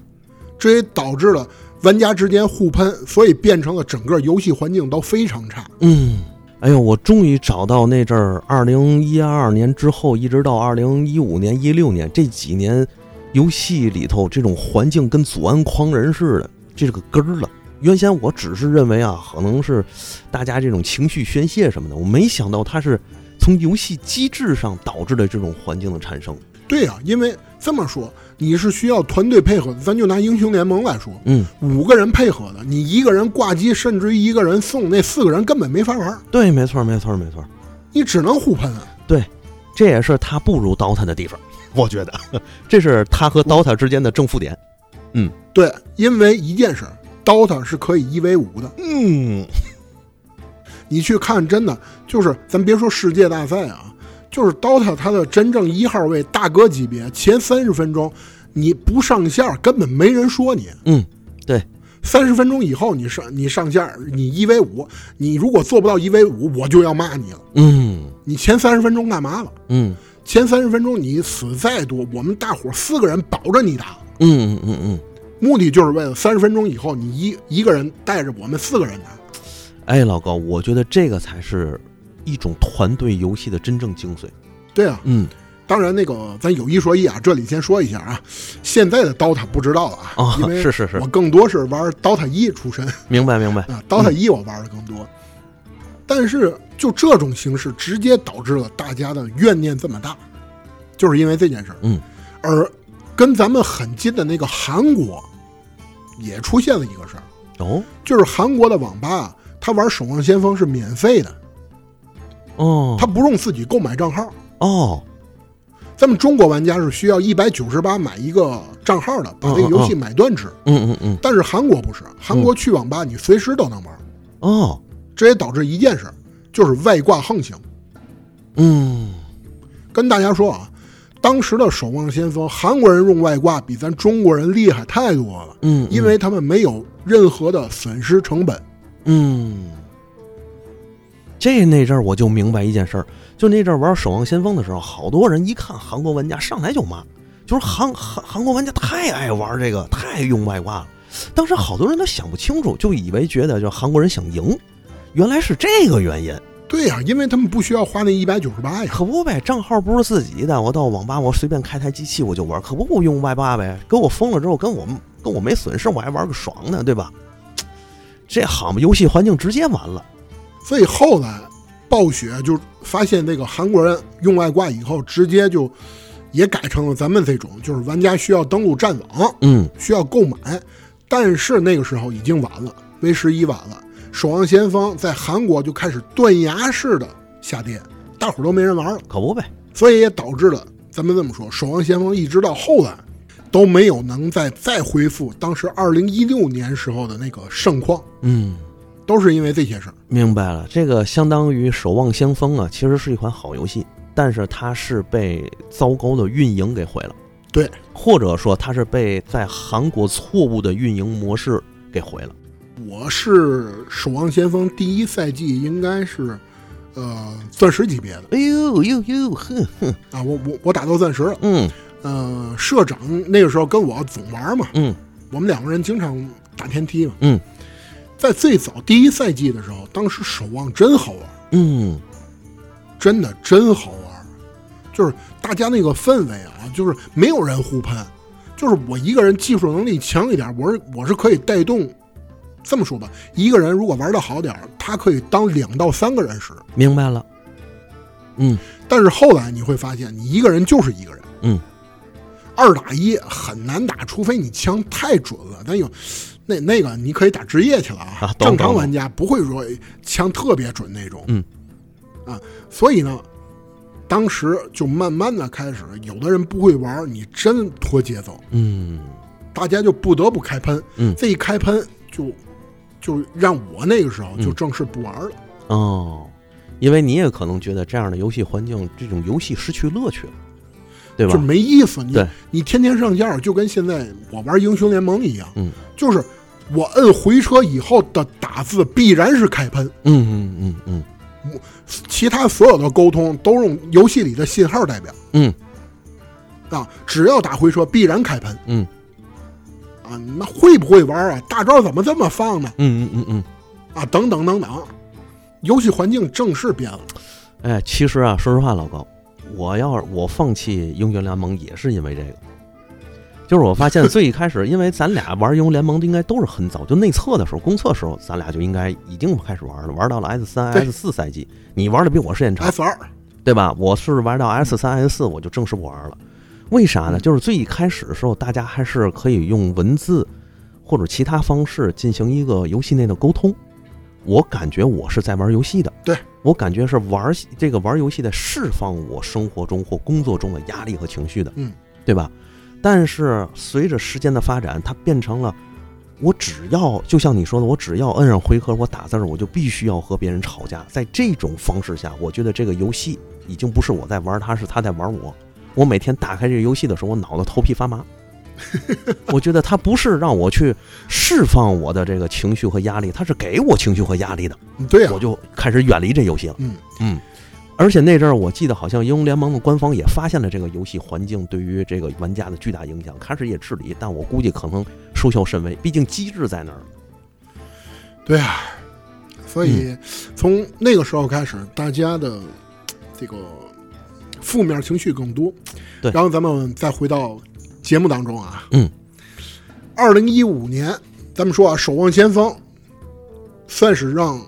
这也导致了玩家之间互喷，所以变成了整个游戏环境都非常差。
嗯，哎呦，我终于找到那阵儿，二零一二年之后，一直到二零一五年、一六年这几年，游戏里头这种环境跟祖安狂人似的，这是个根儿了。原先我只是认为啊，可能是大家这种情绪宣泄什么的，我没想到它是从游戏机制上导致的这种环境的产生。
对呀、因为这么说你是需要团队配合的，咱就拿英雄联盟来说，
嗯，
五个人配合的，你一个人挂机，甚至于一个人送，那四个人根本没法玩，
对，没错，没错，没错，
你只能互喷啊。
这也是它不如 DOTA 的地方，我觉得，这是它和 DOTA 之间的正负点。
对，因为一件事儿，DOTA 是可以一 v 五的，
嗯
你去看，真的就是咱别说世界大赛啊，就是 DOTA 它的真正一号位大哥级别，前三十分钟你不上线儿根本没人说你。
嗯，
三十分钟以后你上你上线儿，你一 v 五，你如果做不到一 v 五，我就要骂你了。
嗯
你前三十分钟干嘛了？
嗯。
前三十分钟你死再多，我们大伙儿四个人保着你打，
嗯嗯嗯，
目的就是为了三十分钟以后你一一个人带着我们四个人打。
嗯，哎，老高，我觉得这个才是一种团队游戏的真正精髓。
对啊，
嗯
当然，那个咱有一说一啊，这里先说一下啊，现在的 DOTA 不知道了啊，
啊
因，为
是是是嗯
我，更多是玩 DOTA 一出身
明白明白。
啊，DOTA 一我玩的更多。但是就这种形式，直接导致了大家的怨念这么大，就是因为这件事儿。
嗯，
而跟咱们很近的那个韩国，也出现了一个事儿，
哦
就是韩国的网吧啊，他玩《守望先锋》是免费的，
哦，
他不用自己购买账号。
哦
咱们中国玩家是需要一百九十八买一个账号的，把这个游戏买断制。
嗯嗯嗯
但是韩国不是，韩国去网吧你随时都能玩，
哦
这也导致一件事，就是外挂横行。
嗯
跟大家说啊，当时的《守望先锋》，韩国人用外挂比咱中国人厉害太多了，
嗯，
因为他们没有任何的损失成本。
嗯，这那阵儿我就明白一件事儿，就那阵儿玩《守望先锋》的时候，好多人一看韩国玩家上来就骂，就是韩韩韩国玩家太爱玩这个，太用外挂了。当时好多人都想不清楚，就以为觉得就韩国人想赢，原来是这个原因。
对呀、因为他们不需要花那一百九十八呀。
可不呗，账号不是自己的，我到网吧我随便开台机器我就玩，可不不用外挂呗。给我封了之后，跟我们跟我没损失，我还玩个爽呢，对吧？这好嘛，游戏环境直接完了。
所以后来暴雪就发现这个韩国人用外挂以后，直接就也改成了咱们这种，就是玩家需要登录战网，
嗯
需要购买。但是那个时候已经晚了，V 十一晚了，《守望先锋》在韩国就开始断崖式的下跌，大伙儿都没人玩了，
可不呗。
所以也导致了咱们这么说，《守望先锋》一直到后来都没有能再再恢复当时二零一六年时候的那个盛况，
嗯，
都是因为这些事儿。
明白了，这个相当于《守望先锋》啊，其实是一款好游戏，但是它是被糟糕的运营给毁了，
对，
或者说它是被在韩国错误的运营模式给毁了。
我是《守望先锋》第一赛季应该是，呃，钻石级别的
哎呦呦呦，哼，
啊，我我我打到钻石了。
嗯
呃，社长那个时候跟我总玩嘛，
嗯
我们两个人经常打天梯嘛。
嗯，
在最早第一赛季的时候，当时《守望》真好玩，
嗯，
真的真好玩，就是大家那个氛围啊，就是没有人互喷，就就是我一个人技术能力强一点，我是我是可以带动。这么说吧，一个人如果玩的好点儿，他可以当两到三个人使。
明白了。嗯，
但是后来你会发现，你一个人就是一个人。
嗯，
二打一很难打，除非你枪太准了。但有那那个你可以打职业去了啊，
啊懂
正常
懂
玩家不会说枪特别准那种。
嗯，
啊，所以呢，当时就慢慢的开始，有的人不会玩，你真拖节奏，
嗯，
大家就不得不开喷。
嗯
这一开喷就就让我那个时候就
嗯
正式不玩了。
哦，因为你也可能觉得这样的游戏环境，这种游戏失去乐趣了，对
就
吧？
没意思。你
对
你天天上架，就跟现在我玩英雄联盟一样，
嗯
就是我摁回车以后的打字必然是开喷，
嗯嗯嗯嗯
其他所有的沟通都用游戏里的信号代表
嗯
啊，只要打回车必然开喷
嗯
啊。你们会不会玩啊？大招怎么这么放呢？
嗯嗯嗯
啊，等等等等，游戏环境正式变了。
嗯。哎，其实啊，说实话，老高，我要是我放弃英雄联盟也是因为这个。就是我发现最一开始，因为咱俩玩英雄联盟的应该都是很早，就内测的时候、公测时候，咱俩就应该已经开始玩了，玩到了 S 三、
对
S 四赛季。你玩的比我时间长，
S 二，
对吧？我是玩
嗯
到 S 三、S 四，我就正式不玩了。为啥呢？就是最一开始的时候，大家还是可以用文字或者其他方式进行一个游戏内的沟通。我感觉我是在玩游戏的，
对
我感觉是玩这个玩游戏在释放我生活中或工作中的压力和情绪的，
嗯，
对吧？但是随着时间的发展，它变成了我只要就像你说的，我只要摁上回合，我打字儿，我就必须要和别人吵架。在这种方式下，我觉得这个游戏已经不是我在玩它，是它在玩我。我每天打开这个游戏的时候，我脑子头皮发麻。 [laughs] 我觉得它不是让我去释放我的这个情绪和压力，它是给我情绪和压力的，
对啊
我，就开始远离这游戏了。
嗯
嗯，而且那阵儿我记得好像英雄联盟的官方也发现了这个游戏环境对于这个玩家的巨大影响，开始也治理，但我估计可能收效甚微，毕竟机制在那儿。
对啊，所
嗯
以从那个时候开始，大家的这个负面情绪更多。
对
然后咱们再回到节目当中啊，
嗯，
二零一五年，咱们说啊，《守望先锋》算是让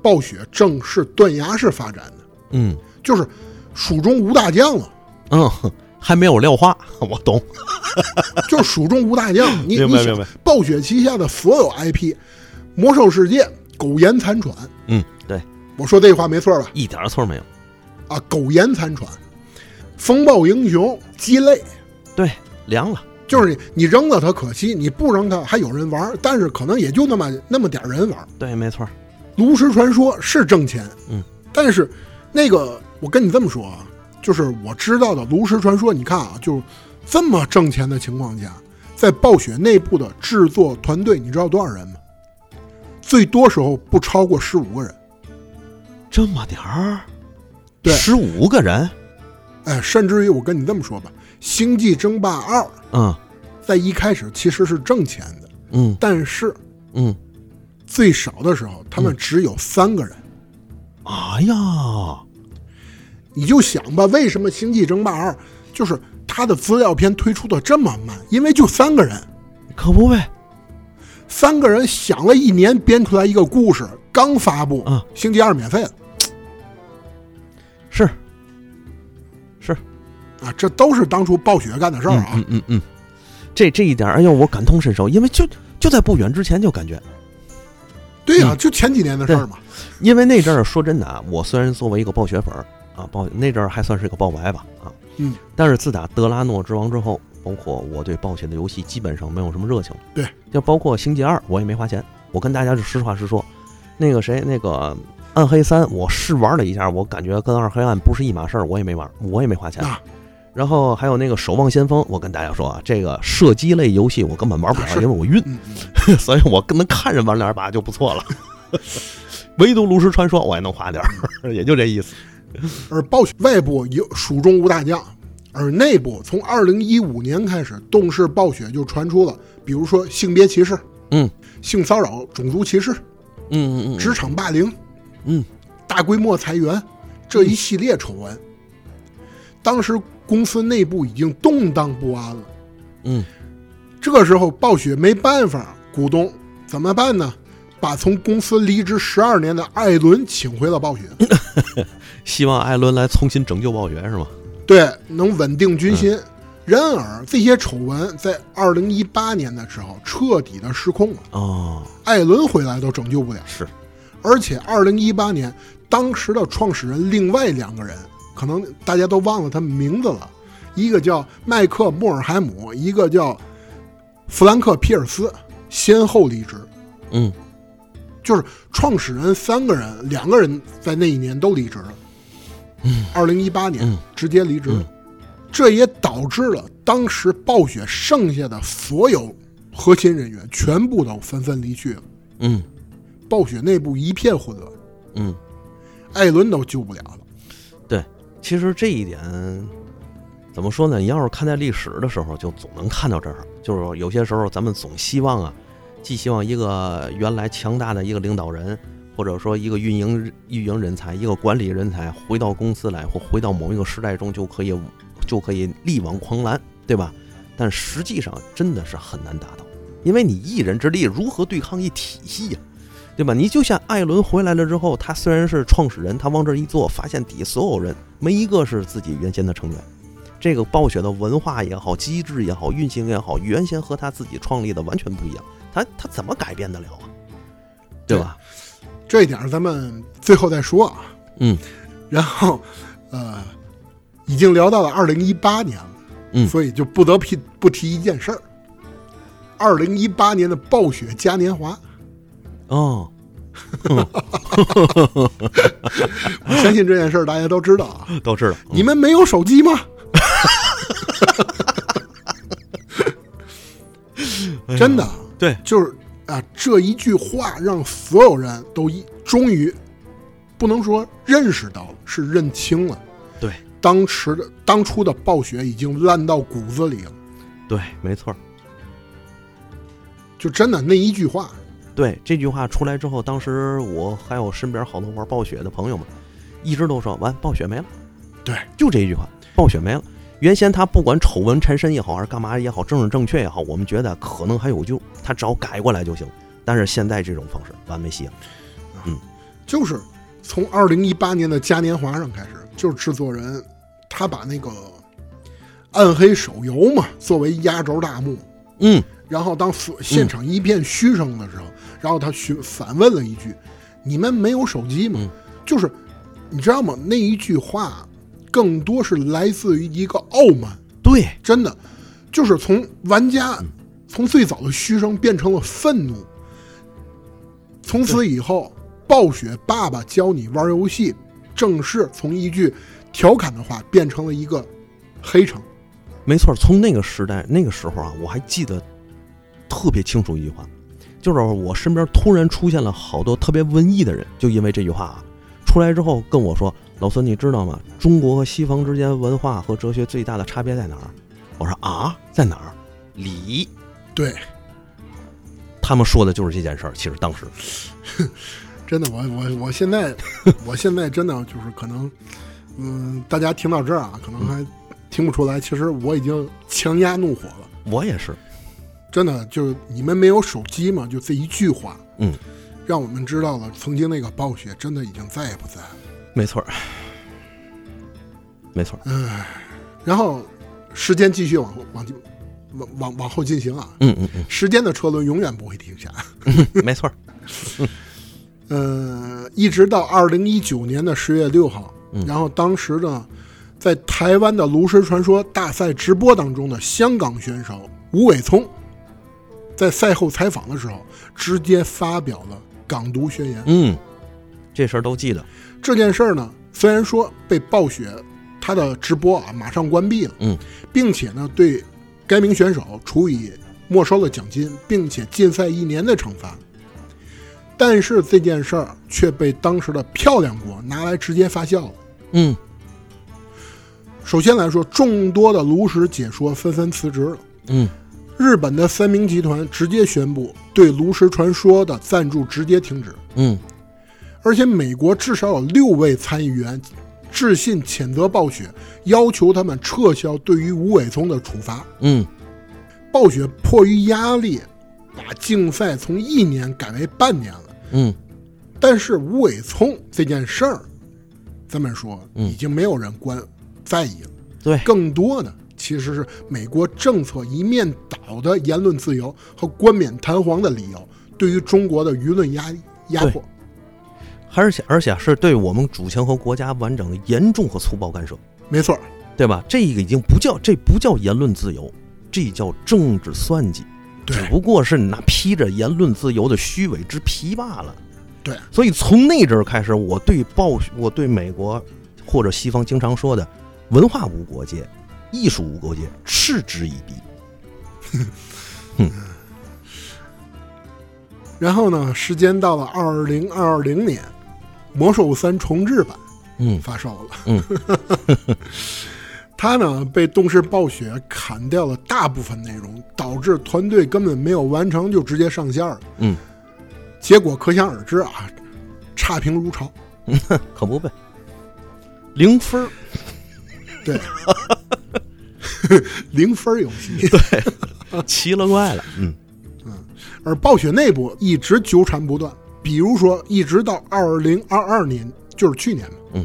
暴雪正式断崖式发展的，
嗯
就是蜀中无大
[laughs]
将了，
嗯，还没有廖化，我懂。
就是蜀中无大将。你
明白
你想
明白，
暴雪旗下的所有 IP，《魔兽世界》苟延残喘，
嗯，对，
我说这话没错吧？
一点儿错儿没有。
啊，苟延残喘，风暴英雄鸡肋，
对，凉了。
就是你你扔了它可惜，你不扔它还有人玩儿，但是可能也就那么那么点儿人玩儿。
对，没错儿。
炉石传说是挣钱，
嗯，
但是那个我跟你这么说啊，就是我知道的炉石传说，你看啊，就这么挣钱的情况下，在暴雪内部的制作团队，你知道多少人吗？最多时候不超过十五个人，
这么点儿，
对
十五个人，
哎，甚至于我跟你这么说吧，《星际争霸二》
嗯
在一开始其实是挣钱的，
嗯
但是
嗯，
最少的时候，他们只有三个人。
哎呀，
你就想吧，为什么《星际争霸二》就是它的资料片推出的这么慢？因为就三个人，
可不呗。
三个人想了一年编出来一个故事，刚发布，
啊
星际二》免费了
是是，
啊！这都是当初暴雪干的事儿啊。
嗯嗯嗯，这这一点，哎呦，我感同身受，因为就就在不远之前就感觉，
对
嗯
呀、就前几年的事儿嘛。
因为那阵儿说真的啊，我虽然作为一个暴雪粉儿啊，暴那阵儿还算是个暴白吧啊，
嗯，
但是自打德拉诺之王之后，包括我对暴雪的游戏基本上没有什么热情，
对，
就包括星际二我也没花钱，我跟大家就实话实说，那个谁那个。暗黑三，我试玩了一下，我感觉跟二黑暗不是一码事儿，我也没玩，我也没花钱。
啊
然后还有那个《守望先锋》，我跟大家说啊，这个射击类游戏我根本玩不了
啊，是
因为我晕。
嗯嗯，
[laughs] 所以我跟能看着玩两把就不错了。唯独炉石传说我也能花点儿， [laughs] 也就这意思。
而暴雪外部有蜀中无大将，而内部从二零一五年开始，动视暴雪就传出了，比如说性别歧视、
嗯
性骚扰、种族歧视、
嗯嗯
职场霸凌、
嗯
大规模裁员这一系列丑闻。当时公司内部已经动荡不安了，
嗯
这时候暴雪没办法，股东怎么办呢？把从公司离职十二年的艾伦请回了暴雪，
希望艾伦来重新拯救暴雪是吗？
对，能稳定军心。然而，这些丑闻在二零一八年的时候彻底的失控了，
哦，
艾伦回来都拯救不了。
是，
而且，二零一八年当时的创始人另外两个人，可能大家都忘了他们名字了，一个叫麦克莫尔海姆，一个叫弗兰克皮尔斯，先后离职。
嗯，
就是创始人三个人，两个人在那一年都离职了。嗯，二零一八年
嗯
直接离职了，
嗯
这也导致了当时暴雪剩下的所有核心人员全部都纷纷离去了，
嗯
暴雪内部一片混乱，
嗯，
艾伦都救不了了。
其实这一点怎么说呢？你要是看待历史的时候，就总能看到这儿。就是有些时候，咱们总希望啊，寄希望一个原来强大的一个领导人，或者说一个运营运营人才、一个管理人才，回到公司来或回到某一个时代中，就可以就可以力挽狂澜，对吧？但实际上真的是很难达到，因为你一人之力如何对抗一体系呀、对吧？你就像艾伦回来了之后，他虽然是创始人，他往这儿一坐，发现底下所有人没一个是自己原先的成员。这个暴雪的文化也好，机制也好，运行也好，原先和他自己创立的完全不一样，他他怎么改变得了啊？对吧？
这一点儿咱们最后再说啊。
嗯，
然后，呃，已经聊到了二零一八年了，
嗯
所以就不得不提不提一件事儿：二零一八年的暴雪嘉年华。
哦，
我相信这件事儿大家都知道啊。
[laughs] 都知道。嗯
你们没有手机吗？真的，
嗯对，
就是啊，这一句话让所有人都一终于不能说认识到了，是认清了
对
当时的当初的暴雪已经烂到骨子里了。
对，没错儿。
就真的那一句话，
对这句话出来之后，当时我还有身边好多玩暴雪的朋友们，一直都说完暴雪没了。
对，
就这一句话，暴雪没了。原先他不管丑闻缠身也好，还是干嘛也好，政治正确也好，我们觉得可能还有救，他只要改过来就行。但是现在这种方式完没戏了。
就是从二零一八年的嘉年华上开始，就是制作人他把那个《暗黑手游》嘛作为压轴大幕，
嗯，
然后当所现场一片嘘声的时候，然后他询反问了一句：“你们没有手机吗？”
嗯
就是你知道吗？那一句话更多是来自于一个傲慢，
对，
真的，就是从玩家、从最早的嘘声变成了愤怒。从此以后，暴雪爸爸教你玩游戏，正式从一句调侃的话变成了一个黑城。
没错，从那个时代那个时候啊，我还记得特别清楚一句话，就是我身边突然出现了好多特别文艺的人，就因为这句话啊，出来之后跟我说：“老孙，你知道吗？中国和西方之间文化和哲学最大的差别在哪儿？”我说：“啊，在哪儿？礼。
对，”
他们说的就是这件事儿。其实当时，
真的，我我我现在，我现在真的就是可能，嗯，大家听到这儿啊，可能还听不出来，其实我已经强压怒火了。
我也是，
真的，就是你们没有手机嘛，就这一句话，
嗯，
让我们知道了曾经那个暴雪真的已经再也不在了。
没错儿，没错儿。
然后，时间继续往后往进往往往后进行啊，
嗯嗯嗯
时间的车轮永远不会停下。，
没错儿。
呃，一直到二零一九年的十月六号，
嗯
然后当时呢，在台湾的炉石传说大赛直播当中的香港选手吴伟聪，在赛后采访的时候，直接发表了港独宣言。
嗯，这事儿都记得。
这件事儿呢，虽然说被暴雪他的直播啊马上关闭了，
嗯，
并且呢对该名选手处以没收了奖金，并且禁赛一年的惩罚，但是这件事儿却被当时的漂亮国拿来直接发酵了。
嗯，
首先来说，众多的炉石解说纷纷辞职了。
嗯，
日本的三明集团直接宣布对《炉石传说》的赞助直接停止，
嗯，
而且美国至少有六位参议员致信谴责暴雪，要求他们撤销对于吴伟聪的处罚。
嗯，
暴雪迫于压力，把竞赛从一年改为半年了。
嗯，
但是无尾葱这件事儿，咱们说
嗯
已经没有人关在意了，
对，
更多的其实是美国政策一面倒的言论自由和冠冕堂皇的理由，对于中国的舆论压压迫。
而且而且是对我们主权和国家完整的严重和粗暴干涉，
没错儿，
对吧？这个已经不叫这不叫言论自由，这叫政治算计，
对
只不过是那披着言论自由的虚伪之皮罢了。
对，
所以从那阵儿开始，我对暴我对美国或者西方经常说的“文化无国界，艺术无国界”嗤之以鼻。 [laughs]
然后呢，时间到了二零二零年，《魔兽三》重制版
嗯
发售了。
嗯，
[laughs] 它呢被动视暴雪砍掉了大部分内容，导致团队根本没有完成就直接上线了。
嗯，
结果可想而知啊，差评如潮。
可不呗，零分儿。
对，零分儿游戏。
奇了怪了，嗯
而暴雪内部一直纠缠不断，比如说一直到二零二二年，就是去年嘛，
嗯，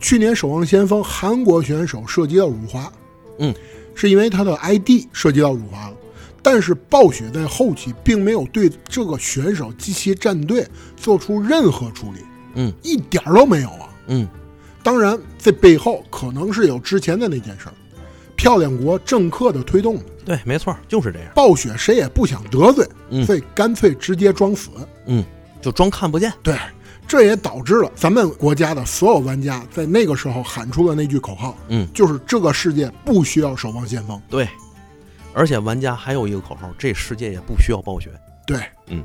去年《守望先锋》韩国选手涉及到辱华，
嗯，
是因为他的 ID 涉及到辱华了。但是暴雪在后期并没有对这个选手及其战队做出任何处理，
嗯
一点儿都没有啊。
嗯，
当然，这背后可能是有之前的那件事儿，漂亮国政客的推动的。
对，没错，就是这样，
暴雪谁也不想得罪，
嗯
所以干脆直接装死。
嗯，就装看不见，
对，这也导致了咱们国家的所有玩家在那个时候喊出了那句口号，
嗯，
就是这个世界不需要守望先锋。
对。而且玩家还有一个口号：这世界也不需要暴雪。
对，
嗯，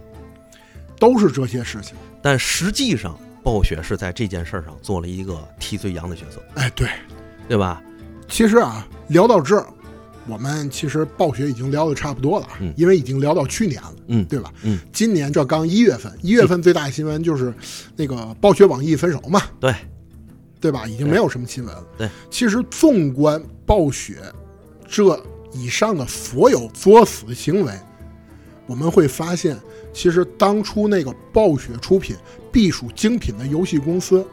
都是这些事情。
但实际上，暴雪是在这件事儿上做了一个替罪羊的角色，
哎，对，
对吧？
其实啊，聊到这儿，我们其实暴雪已经聊的差不多了，
嗯
因为已经聊到去年了，
嗯
对吧？
嗯，
今年这刚一月份，一月份最大的新闻就是那个暴雪网易分手嘛，
对，
对吧？已经
对
没有什么新闻了。
对，
其实纵观暴雪这以上的所有作死行为，我们会发现，其实当初那个暴雪出品必属精品的游戏公司，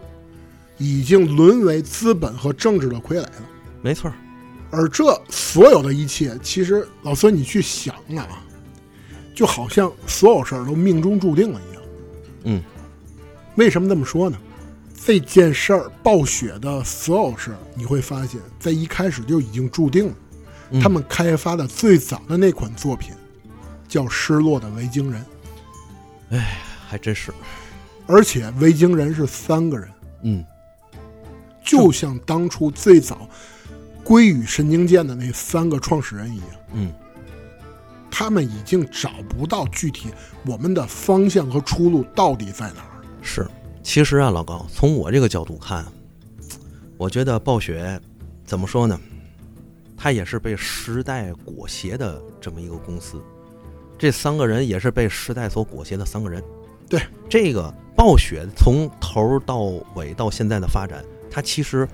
已经沦为资本和政治的傀儡了。
没错儿，
而这所有的一切，其实老孙你去想啊，就好像所有事儿都命中注定了一样。
嗯，
为什么这么说呢？这件事儿，暴雪的所有事儿，你会发现在一开始就已经注定了。
嗯
他们开发的最早的那款作品叫《失落的维京人》，
还真是，
而且维京人是三个人，
嗯，
就像当初最早归于神经剑的那三个创始人一样。
嗯，
他们已经找不到具体我们的方向和出路到底在哪儿。
是。其实啊，老高，从我这个角度看，我觉得暴雪怎么说呢？它也是被时代裹挟的这么一个公司，这三个人也是被时代所裹挟的三个人。
对
这个暴雪从头到尾到现在的发展，它其实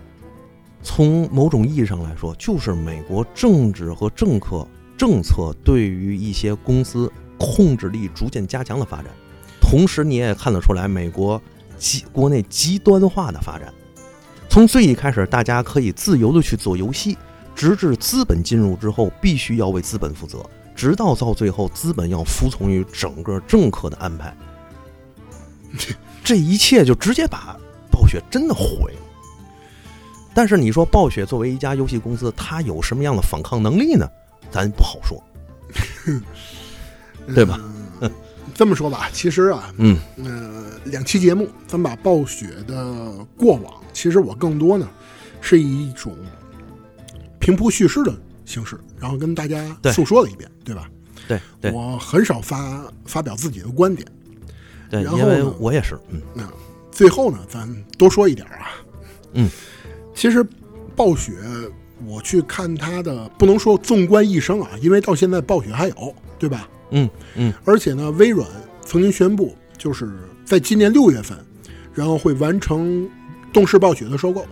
从某种意义上来说，就是美国政治和政客政策对于一些公司控制力逐渐加强的发展。同时，你也看得出来，美国极国内极端化的发展。从最一开始，大家可以自由的去做游戏，直至资本进入之后，必须要为资本负责，直到到最后，资本要服从于整个政客的安排。这一切就直接把暴雪真的毁了。但是你说暴雪作为一家游戏公司，它有什么样的反抗能力呢？咱不好说。对吧
嗯？这么说吧，其实啊，
嗯
呃，两期节目，咱们把暴雪的过往，其实我更多呢是以一种平铺叙事的形式，然后跟大家
对
诉说了一遍，对吧？
对对
我很少发发表自己的观点。
对，
然后
因为
呢
我也是，嗯
那最后呢，咱多说一点儿啊。
嗯，
其实暴雪，我去看它的，不能说纵观一生啊，因为到现在暴雪还有，对吧？
嗯嗯
而且呢，微软曾经宣布，就是在今年六月份，然后会完成动视暴雪的收购。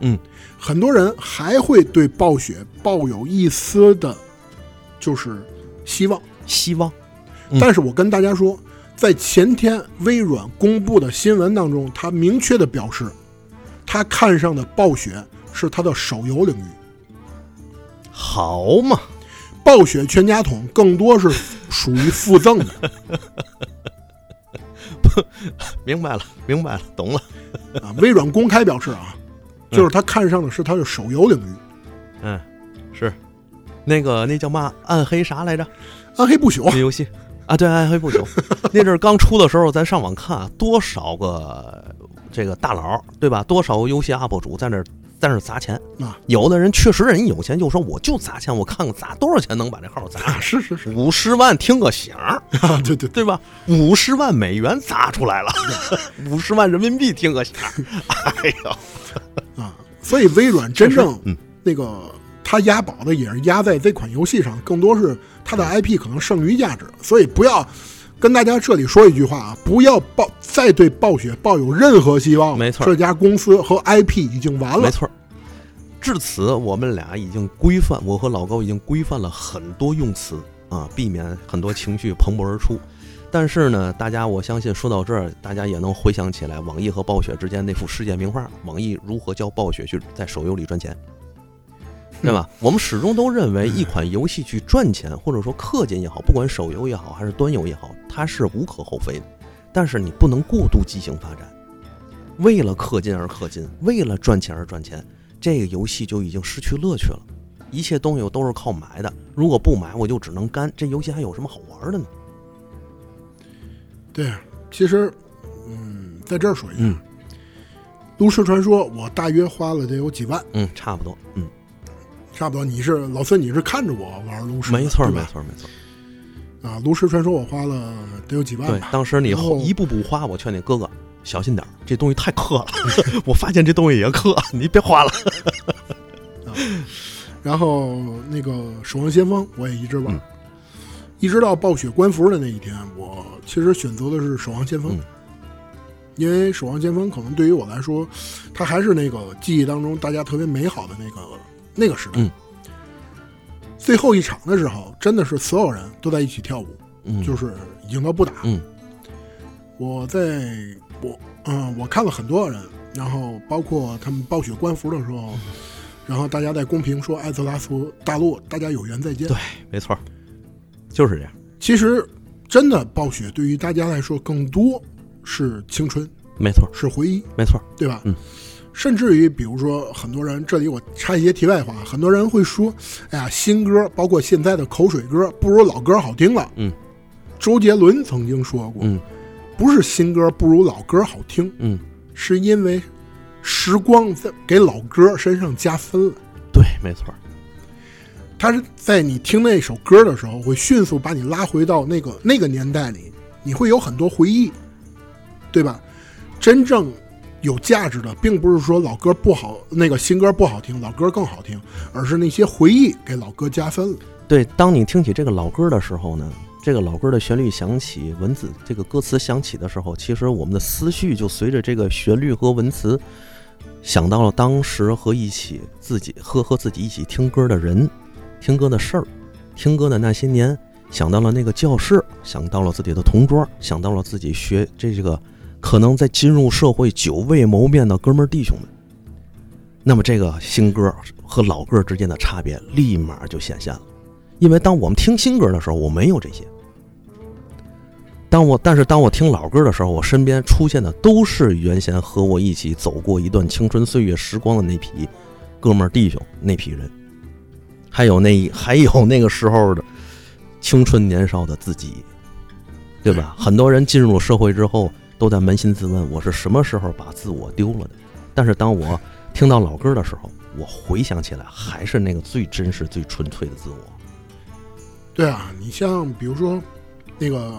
嗯，
很多人还会对暴雪抱有一丝的就是希望。
希望，嗯
但是我跟大家说，在前天微软公布的新闻当中，他明确的表示，他看上的暴雪是他的手游领域， [laughs]
好嘛，
暴雪全家桶更多是属于附赠的。 [laughs]
明白了，明白了，懂了。
啊，微软公开表示啊，就是他看上的是他的手游领域。
嗯，是那个那叫嘛暗黑啥来着？
暗黑不朽
那游戏啊，对，暗黑不 [laughs] 朽。那阵儿刚出的时候，咱上网看啊多少个这个大佬儿，对吧？多少游戏 UP 主在那儿在那儿砸钱
啊？
有的人确实人有钱，就说我就砸钱，我看看砸多少钱能把这号砸
啊，是是是，
五十万听个响儿，
啊，对对对，
对吧？五十万美元砸出来了， [laughs] 五十万人民币听个响儿。 [laughs] 哎呦，
啊，所以微软真正
嗯
那个它押宝的也是押在这款游戏上，更多是它
嗯
的 IP 可能剩余价值，所以不要跟大家这里说一句话啊，不要抱再对暴雪抱有任何希望，
没错
这家公司和 IP 已经完
没
了，
错儿。至此，我们俩已经规范，我和老高已经规范了很多用词啊，避免很多情绪蓬勃而出。但是呢，大家我相信说到这儿，大家也能回想起来网易和暴雪之间那幅世界名画，网易如何教暴雪去在手游里赚钱，对吧？ [laughs] 我们始终都认为，一款游戏去赚钱，或者说氪金也好，不管手游也好，还是端游也好，它是无可厚非的。但是你不能过度畸形发展，为了氪金而氪金，为了赚钱而赚钱，这个游戏就已经失去乐趣了。一切东西都是靠买的，如果不买，我就只能干。这游戏还有什么好玩的呢？
对，其实，嗯，在这儿说一下，
嗯
都市传说》我大约花了得有几万，
嗯，差不多，嗯，
差不多。你是老孙，你是看着我玩《炉石》的，
没错，
对
没
吧？
错，没错。
啊，《炉石传说》我花了得有几万
对
吧，，
当时你
然后
一步步花，我劝你哥哥小心点儿， [laughs] 这东西太氪了。 [laughs] 我发现这东西也氪，你别花了。 [laughs]
然后那个《守望先锋》我也一直玩，
嗯
一直到暴雪官服的那一天，我其实选择的是《守望先锋》
嗯
因为《守望先锋》可能对于我来说，它还是那个记忆当中大家特别美好的那个那个时代。
嗯
最后一场的时候，真的是所有人都在一起跳舞，
嗯，
就是赢到不打。
嗯
我在我嗯，我看了很多人，然后包括他们暴雪官服的时候，
嗯
然后大家在公屏说艾泽拉斯大陆，大家有缘再见。
对，没错，就是这样。
其实真的暴雪对于大家来说，更多是青春，
没错，
是回忆，
没错，
对吧？
嗯。
甚至于，比如说，很多人这里我插一些题外话，很多人会说：“哎呀，新歌，包括现在的口水歌，不如老歌好听了。”
嗯，
周杰伦曾经说过，
嗯
不是新歌不如老歌好听，
嗯，
是因为时光在给老歌身上加分了。
对，没错，
它是在你听那首歌的时候，会迅速把你拉回到那个那个年代里，你会有很多回忆，对吧？真正有价值的，并不是说老歌不好，那个新歌不好听，老歌更好听，而是那些回忆给老歌加分了。
对，当你听起这个老歌的时候呢，这个老歌的旋律响起，文字这个歌词响起的时候，其实我们的思绪就随着这个旋律和文词，想到了当时和一起自己和和自己一起听歌的人，听歌的事儿，听歌的那些年，想到了那个教室，想到了自己的同桌，想到了自己学这这个可能在进入社会久未谋面的哥们儿弟兄们。那么这个新歌和老歌之间的差别立马就显现了。因为当我们听新歌的时候，我没有这些。当我但是当我听老歌的时候，我身边出现的都是原先和我一起走过一段青春岁月时光的那批哥们儿弟兄那批人，还有那还有那个时候的青春年少的自己，对吧？很多人进入社会之后，都在扪心自问：我是什么时候把自我丢了的？但是当我听到老歌的时候，我回想起来，还是那个最真实、最纯粹的自我。
对啊，你像比如说那个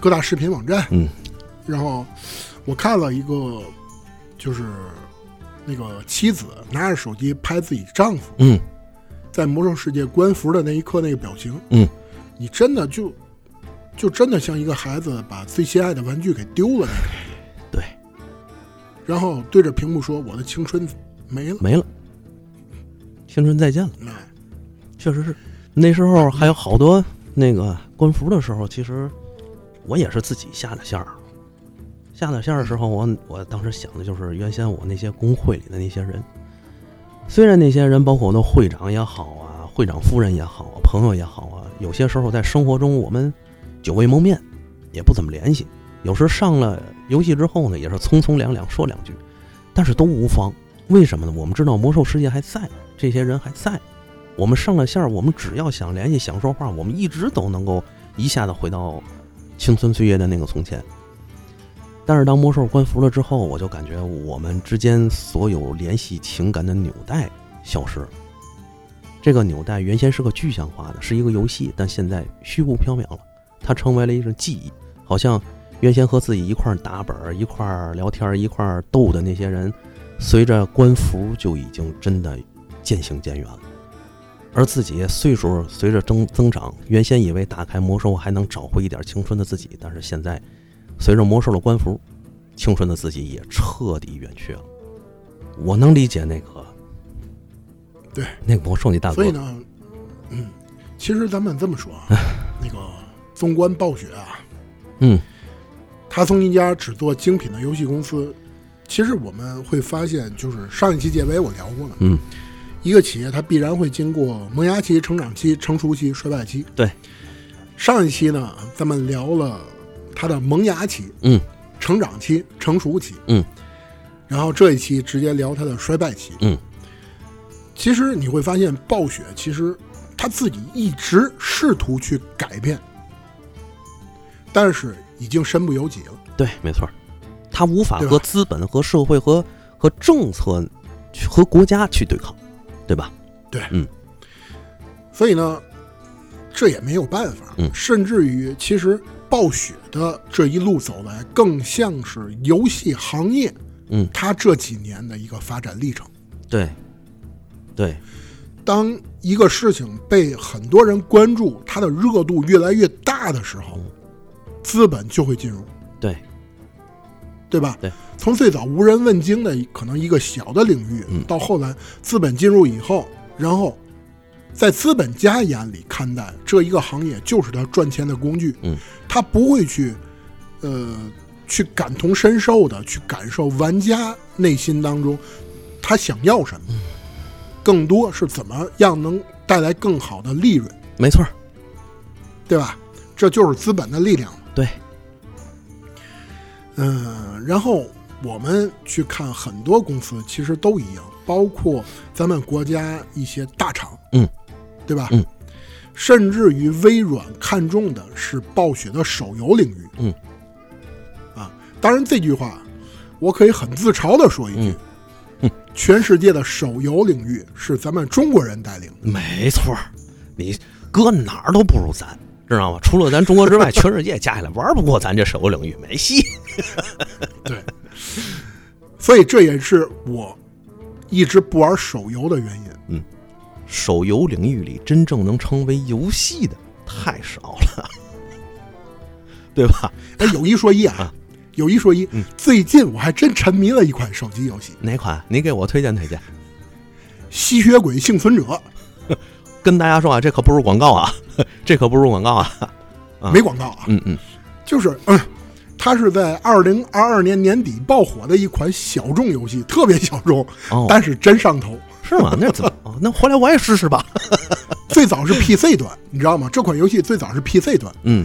各大视频网站，
嗯，
然后我看了一个，就是那个妻子拿着手机拍自己丈夫
嗯，
在魔兽世界官服的那一刻那个表情，
嗯，
你真的就就真的像一个孩子把最心爱的玩具给丢了那个，
对，
然后对着屏幕说：“我的青春没了。
没了，青春再见了，”
哎，
确实是。那时候还有好多那个官服的时候，其实我也是自己下的线儿。下的线儿的时候，我我当时想的就是，原先我那些工会里的那些人，虽然那些人包括我的会长也好啊，会长夫人也好啊，朋友也好啊，有些时候在生活中我们久未谋面，也不怎么联系。有时上了游戏之后呢，也是匆匆两两说两句，但是都无妨。为什么呢？我们知道魔兽世界还在，这些人还在。我们上了线儿，我们只要想联系、想说话，我们一直都能够一下子回到青春岁月的那个从前。但是当魔兽官服了之后，我就感觉我们之间所有联系情感的纽带消失了。这个纽带原先是个具象化的，是一个游戏，但现在虚无缥缈了，它成为了一种记忆。好像原先和自己一块儿打本儿、一块儿聊天儿、一块儿斗的那些人，随着官服就已经真的渐行渐远了。而自己岁数随着增增长，原先以为打开魔兽还能找回一点青春的自己，但是现在随着魔兽的官服，青春的自己也彻底远去了。我能理解那个，
对
那个魔兽那大哥
所以，呢，嗯，其实咱们这么
[laughs]
说啊，那个纵观暴雪啊，
嗯，
他从一家只做精品的游戏公司，其实我们会发现，就是上一期结尾我聊过了，
嗯，
一个企业它必然会经过萌芽期、成长期、成熟期、衰败期。
对，
上一期呢，咱们聊了它的萌芽期，
嗯，
成长期、成熟期，
嗯，
然后这一期直接聊它的衰败期，
嗯。
其实你会发现，暴雪其实他自己一直试图去改变，但是已经身不由己了。
对，没错儿，他无法
对吧
和资本、和社会、和和政策、去和国家去对抗，对吧？
所以呢，这也没有办法。
嗯
甚至于，其实暴雪的这一路走来，更像是游戏行业，
嗯，
它这几年的一个发展历程。
对，对，
当一个事情被很多人关注，它的热度越来越大的时候
嗯，
资本就会进入，
对，
对吧？
对。
从最早无人问津的可能一个小的领域，
嗯
到后来资本进入以后，然后在资本家眼里看待这一个行业就是他赚钱的工具，
嗯，
他不会去，呃，去感同身受的去感受玩家内心当中他想要什
嗯
么，更多是怎么样能带来更好的利润，
没错儿，
对吧？这就是资本的力量嘛。
对，
嗯，然后我们去看很多公司，其实都一样，包括咱们国家一些大厂，
嗯，
对吧？
嗯，
甚至于微软看重的是暴雪的手游领域，
嗯，
啊，当然这句话我可以很自嘲的说一句
嗯。嗯
全世界的手游领域是咱们中国人带领的，
没错儿，你搁哪儿都不如咱。知道吗？除了咱中国之外，全世界加起来玩不过咱这手游领域，没戏。
对，所以这也是我一直不玩手游的原因。
手游领域里真正能成为游戏的太少了，对吧？
哎，有一说一啊
啊，
有一说一
嗯，
最近我还真沉迷了一款手机游戏《
哪款？您给我推荐推荐。
吸血鬼幸存者》，
跟大家说啊，这可不是广告啊， [laughs] 这可不是广告啊。啊
没广告啊，
嗯嗯，
就是嗯，它是在二零二二年年底爆火的一款小众游戏，特别小众，
哦，
但是真上头。
是吗？那怎 [laughs] 么？哦那回来我也试试吧。
最早是 PC 端，你知道吗？这款游戏最早是 PC 端，
嗯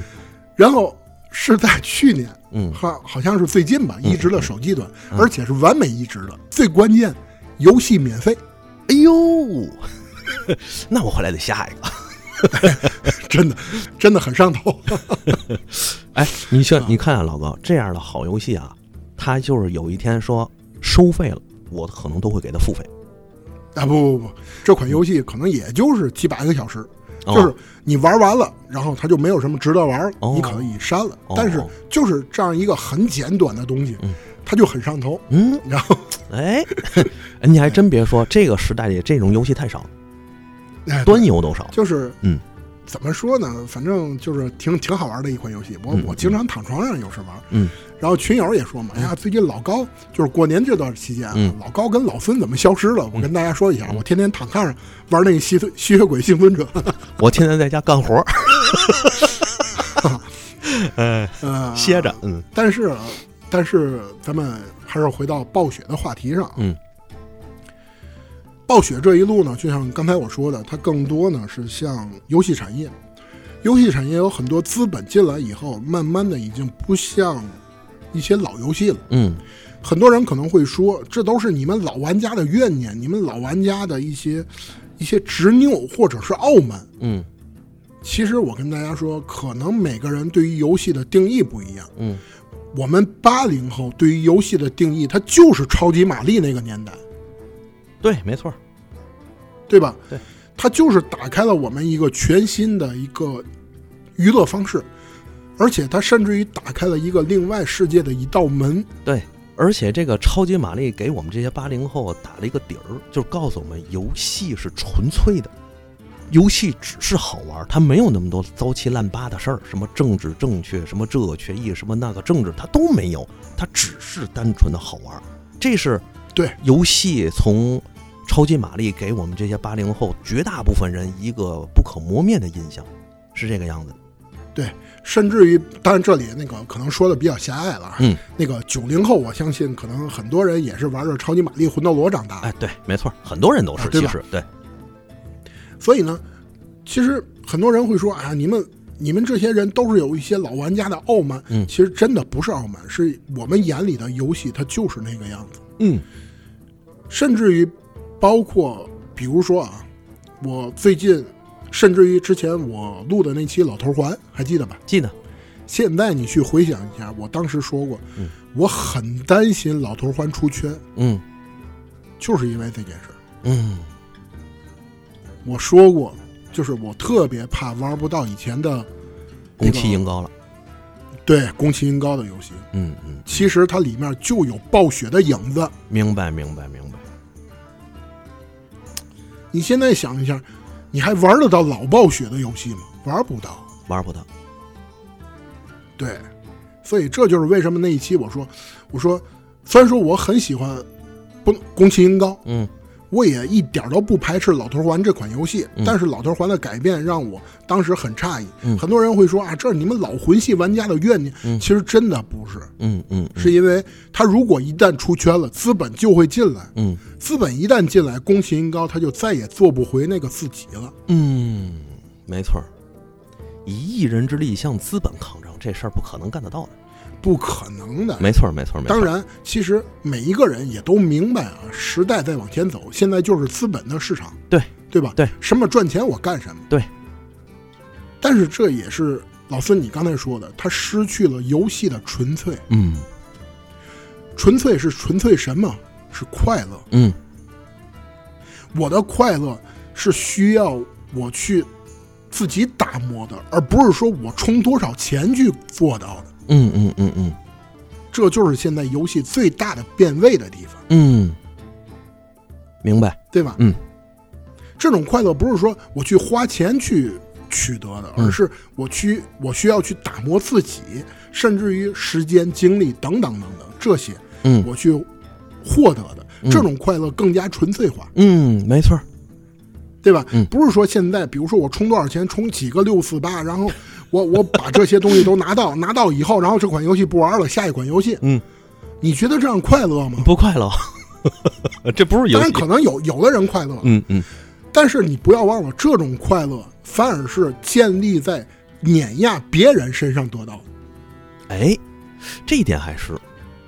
然后是在去年，
嗯
好好像是最近吧，移植了手机端，而且是完美移植的。最关键，游戏免费， [laughs]
哎呦， [laughs] 那我回来得下一个。
真的，真的很上头。
哎，你像你看啊，老高这样的好游戏啊，他就是有一天说收费了，我可能都会给他付费。
啊不不不，这款游戏可能也就是几百个小时，
哦
就是你玩完了，然后它就没有什么值得玩了，
哦
你可能已删了。
哦
但是就是这样一个很简短的东西，
嗯
它就很上头。
嗯，
然后，
哎， [laughs] 哎你还真别说，这个时代里这种游戏太少了，
哎，
端游都少。
就是
嗯，
怎么说呢？反正就是挺挺好玩的一款游戏。我
嗯
我经常躺床上有事玩。
嗯。
然后群友也说嘛，哎呀，最近老高就是过年这段期间啊，
嗯
老高跟老孙怎么消失了？我跟大家说一下，我天天躺炕上玩那个吸吸血鬼幸
[laughs]
存者，
我天天在家干活儿，呃，
呃，
歇着，嗯
但是，啊但是咱们还是回到暴雪的话题上。啊
嗯，
暴雪这一路呢，就像刚才我说的，它更多呢是像游戏产业，游戏产业有很多资本进来以后，慢慢的已经不像一些老游戏了。
嗯
很多人可能会说，这都是你们老玩家的怨念，你们老玩家的一些一些执拗或者是傲慢。
嗯
其实我跟大家说，可能每个人对于游戏的定义不一样。
嗯
我们八零后对于游戏的定义，它就是超级玛丽那个年代，
对，没错儿，
对吧？
对，
它就是打开了我们一个全新的一个娱乐方式，而且它甚至于打开了一个另外世界的一道门。
对。而且这个超级玛丽给我们这些八零后打了一个底儿，就是告诉我们游戏是纯粹的，游戏只是好玩儿，它没有那么多糟七烂八的事儿，什么政治正确，什么这确意，什么那个政治，它都没有，它只是单纯的好玩儿。这是
对
游戏从超级玛丽给我们这些八零后绝大部分人一个不可磨灭的印象，是这个样子。
甚至于，当然这里那个可能说的比较狭隘了啊，
嗯
那个九零后，我相信可能很多人也是玩着超级玛丽、魂斗罗长大的。
哎，对，没错，很多人都是，
啊对
其
吧
实对，
所以呢，其实很多人会说啊，你们你们这些人都是有一些老玩家的傲慢。
嗯
其实真的不是傲慢，是我们眼里的游戏它就是那个样子。
嗯
甚至于包括比如说啊，我最近甚至于之前我录的那期《老头环》，还记得吧？
记得，
现在你去回想一下，我当时说过，
嗯
我很担心《老头环》出圈，
嗯
就是因为这件事儿。
嗯
我说过，就是我特别怕玩不到以前的那
宫
个
崎英高了，
对宫崎英高的游戏，
嗯嗯，
其实它里面就有暴雪的影子。
明白明白明白，
你现在想一下，你还玩得到老暴雪的游戏吗？玩不到。
玩不到，
对，所以这就是为什么那一期我说，我说虽然说我很喜欢不宫崎英高，
嗯
我也一点都不排斥《老头环》这款游戏，
嗯
但是《老头环》的改变让我当时很诧异。
嗯
很多人会说啊，这是你们老魂系玩家的怨念，
嗯
其实真的不是，
嗯嗯嗯
是因为他如果一旦出圈了，资本就会进来。
嗯
资本一旦进来，宫崎英高他就再也做不回那个自己了。
嗯，没错儿，以一人之力向资本抗争，这事儿不可能干得到的，
不可能的。
没错儿没错儿没错儿，
当然，其实每一个人也都明白啊，时代在往前走，现在就是资本的市场，
对
对吧？
对，
什么赚钱我干什么。
对。
但是这也是老孙你刚才说的，他失去了游戏的纯粹，
嗯
纯粹是纯粹什么？是快乐。
嗯
我的快乐是需要我去自己打磨的，而不是说我充多少钱去做到的。
嗯嗯嗯嗯
这就是现在游戏最大的变味的地方，
嗯，明白，
对吧？
嗯，
这种快乐不是说我去花钱去取得的，
嗯
而是我去我需要去打磨自己，甚至于时间、精力等等等等这些，
嗯
我去获得的。
嗯
这种快乐更加纯粹化，
嗯，没错儿，
对吧？
嗯
不是说现在，比如说我充多少钱，充几个六四八，然后我我把这些东西都拿到， [laughs] 拿到以后，然后这款游戏不玩了，下一款游戏，
嗯，
你觉得这样快乐吗？
不快乐，这不是游
当然，
戏，
可能有有的人快乐，
嗯嗯
但是你不要忘了，这种快乐反而是建立在碾压别人身上得到的。
哎，这一点还是，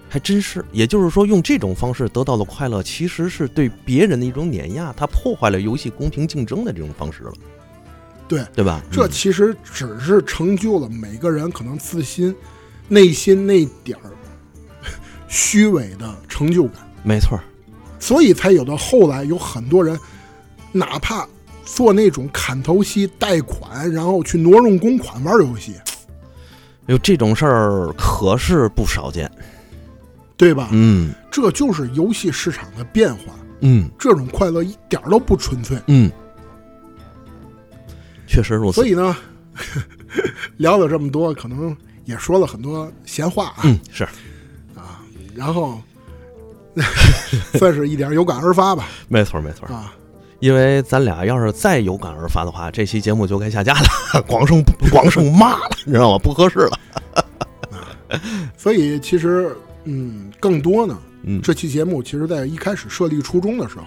还真是。也就是说，用这种方式得到的快乐，其实是对别人的一种碾压，它破坏了游戏公平竞争的这种方式了。
对
对吧？嗯
这其实只是成就了每个人可能自心、内心那点儿虚伪的成就感，
嗯、没错儿，
所以才有到后来有很多人，哪怕做那种砍头息贷款，然后去挪用公款玩游戏，
有哎这种事儿可是不少见。
对吧？
嗯
这就是游戏市场的变化，
嗯
这种快乐一点儿都不纯粹。
嗯，确实如此。
所以呢， [laughs] 聊了这么多，可能也说了很多闲话啊，
嗯，是嗯
然后 [laughs] 算是一点有感而
[laughs]
发吧
没错没错。
啊。
因为咱俩要是再有感而发的话，这期节目就该下架了， [laughs] 光剩光剩骂了，你知道吗？不合适了。
所以其实，嗯，更多呢，
嗯
这期节目其实在一开始设立初衷的时候，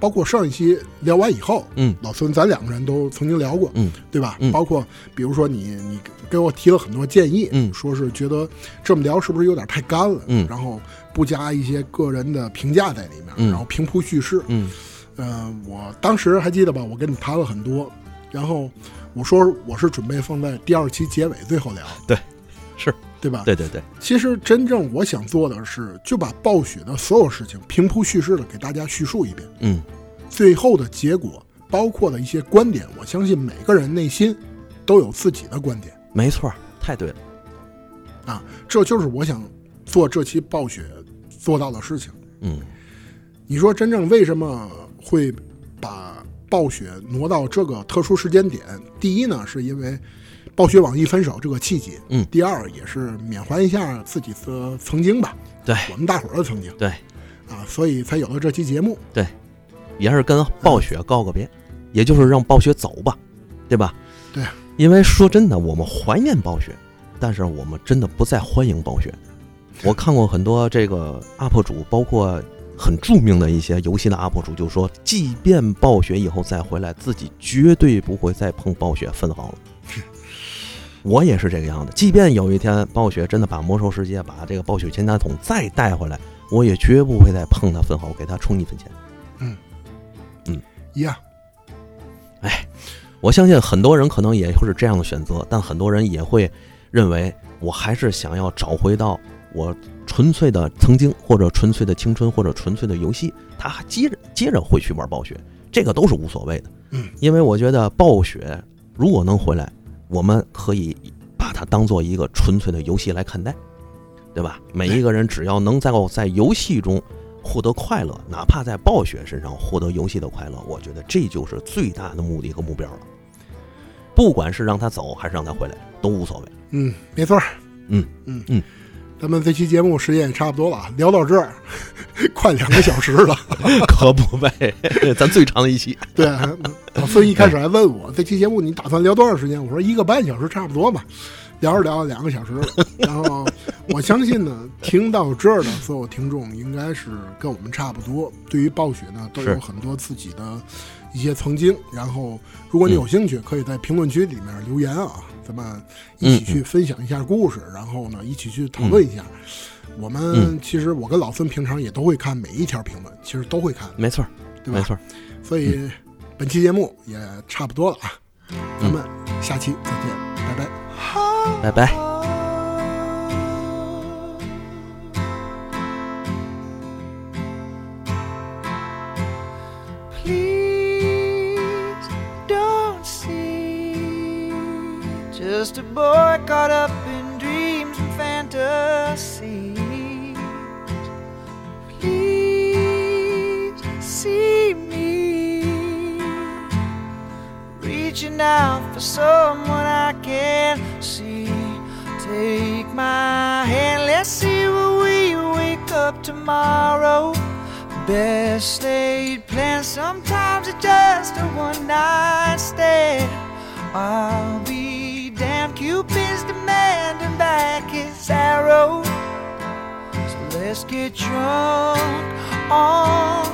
包括上一期聊完以后，
嗯，
老孙咱两个人都曾经聊过，
嗯，
对吧？
嗯
包括比如说你你给我提了很多建议，
嗯
说是觉得这么聊是不是有点太干了？
嗯
然后不加一些个人的评价在里面，
嗯
然后平铺叙事，
嗯
呃，我当时还记得吧，我跟你谈了很多，然后我说我是准备放在第二期结尾最后聊，
对，是
对吧？，
嗯对对对，
其实真正我想做的是，就把暴雪的所有事情平铺叙事的给大家叙述一遍，
嗯
最后的结果包括了一些观点，我相信每个人内心都有自己的观点
没错，太对了。
啊，这就是我想做这期暴雪做到的事情。
嗯
你说真正为什么会把暴雪挪到这个特殊时间点？第一呢，是因为暴雪网易分手这个契机；
嗯
第二也是缅怀一下自己的曾经吧，
对
我们大伙儿的曾经
对，
啊，所以才有了这期节目。
也是跟暴雪告个别，也就是让暴雪走吧，对吧？
对，
因为说真的，我们怀念暴雪，但是我们真的不再欢迎暴雪。我看过很多这个 UP 主，包括很著名的一些游戏的 UP 主，就说，即便暴雪以后再回来，自己绝对不会再碰暴雪分毫了。我也是这个样子，即便有一天暴雪真的把魔兽世界、把这个暴雪全家桶再带回来，我也绝不会再碰它分毫，给它充一分钱。
一样，
我相信很多人可能也会是这样的选择，但很多人也会认为，我还是想要找回到我纯粹的曾经，或者纯粹的青春，或者纯粹的游戏。他还接着接着会去玩暴雪，这个都是无所谓的。
嗯，
因为我觉得暴雪如果能回来，我们可以把它当做一个纯粹的游戏来看待，对吧？每一个人只要能在在游戏中获得快乐，哪怕在暴雪身上获得游戏的快乐，我觉得这就是最大的目的和目标了。不管是让他走还是让他回来，都无所谓。 [laughs]
嗯，没错儿，
嗯
嗯
嗯，
咱们这期节目时间也差不多了，啊，聊到这儿 [laughs] 快两个小时了。
[laughs] 可不呗，咱最长的一期。
[laughs] 对，老孙一开始还问我这期节目你打算聊多长时间？我说一个半小时差不多吧，聊着聊着两个小时了。然后我相信呢，听到这儿的所有听众应该是跟我们差不多，对于暴雪呢都
是
有很多自己的一些曾经。然后如果你有
嗯
兴趣，可以在评论区里面留言啊，咱们
嗯
一起去分享一下故事，然后呢一起去讨论一下。我们
嗯
其实我跟老孙平常也都会看每一条评论，其实都会看，
没错，
对吧
没？错。
所以本期节目也差不多了啊，咱们下期再见，拜拜。
拜拜。
Please don't see just a boy caught up in dreams and fantasies. Please see me reaching out for someone I can see. Take my hand, let's see where we wake up tomorrow. Best laid plans, sometimes it's just a one night stand. I'll be damned, Cupid's demanding back his arrow. So let's get drunk on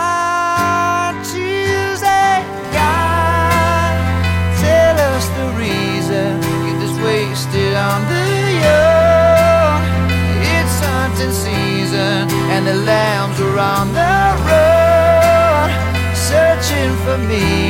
our Tuesday. God, tell us the reason youth is wasted on the young. It's hunting season and the lambs are on the run, searching for me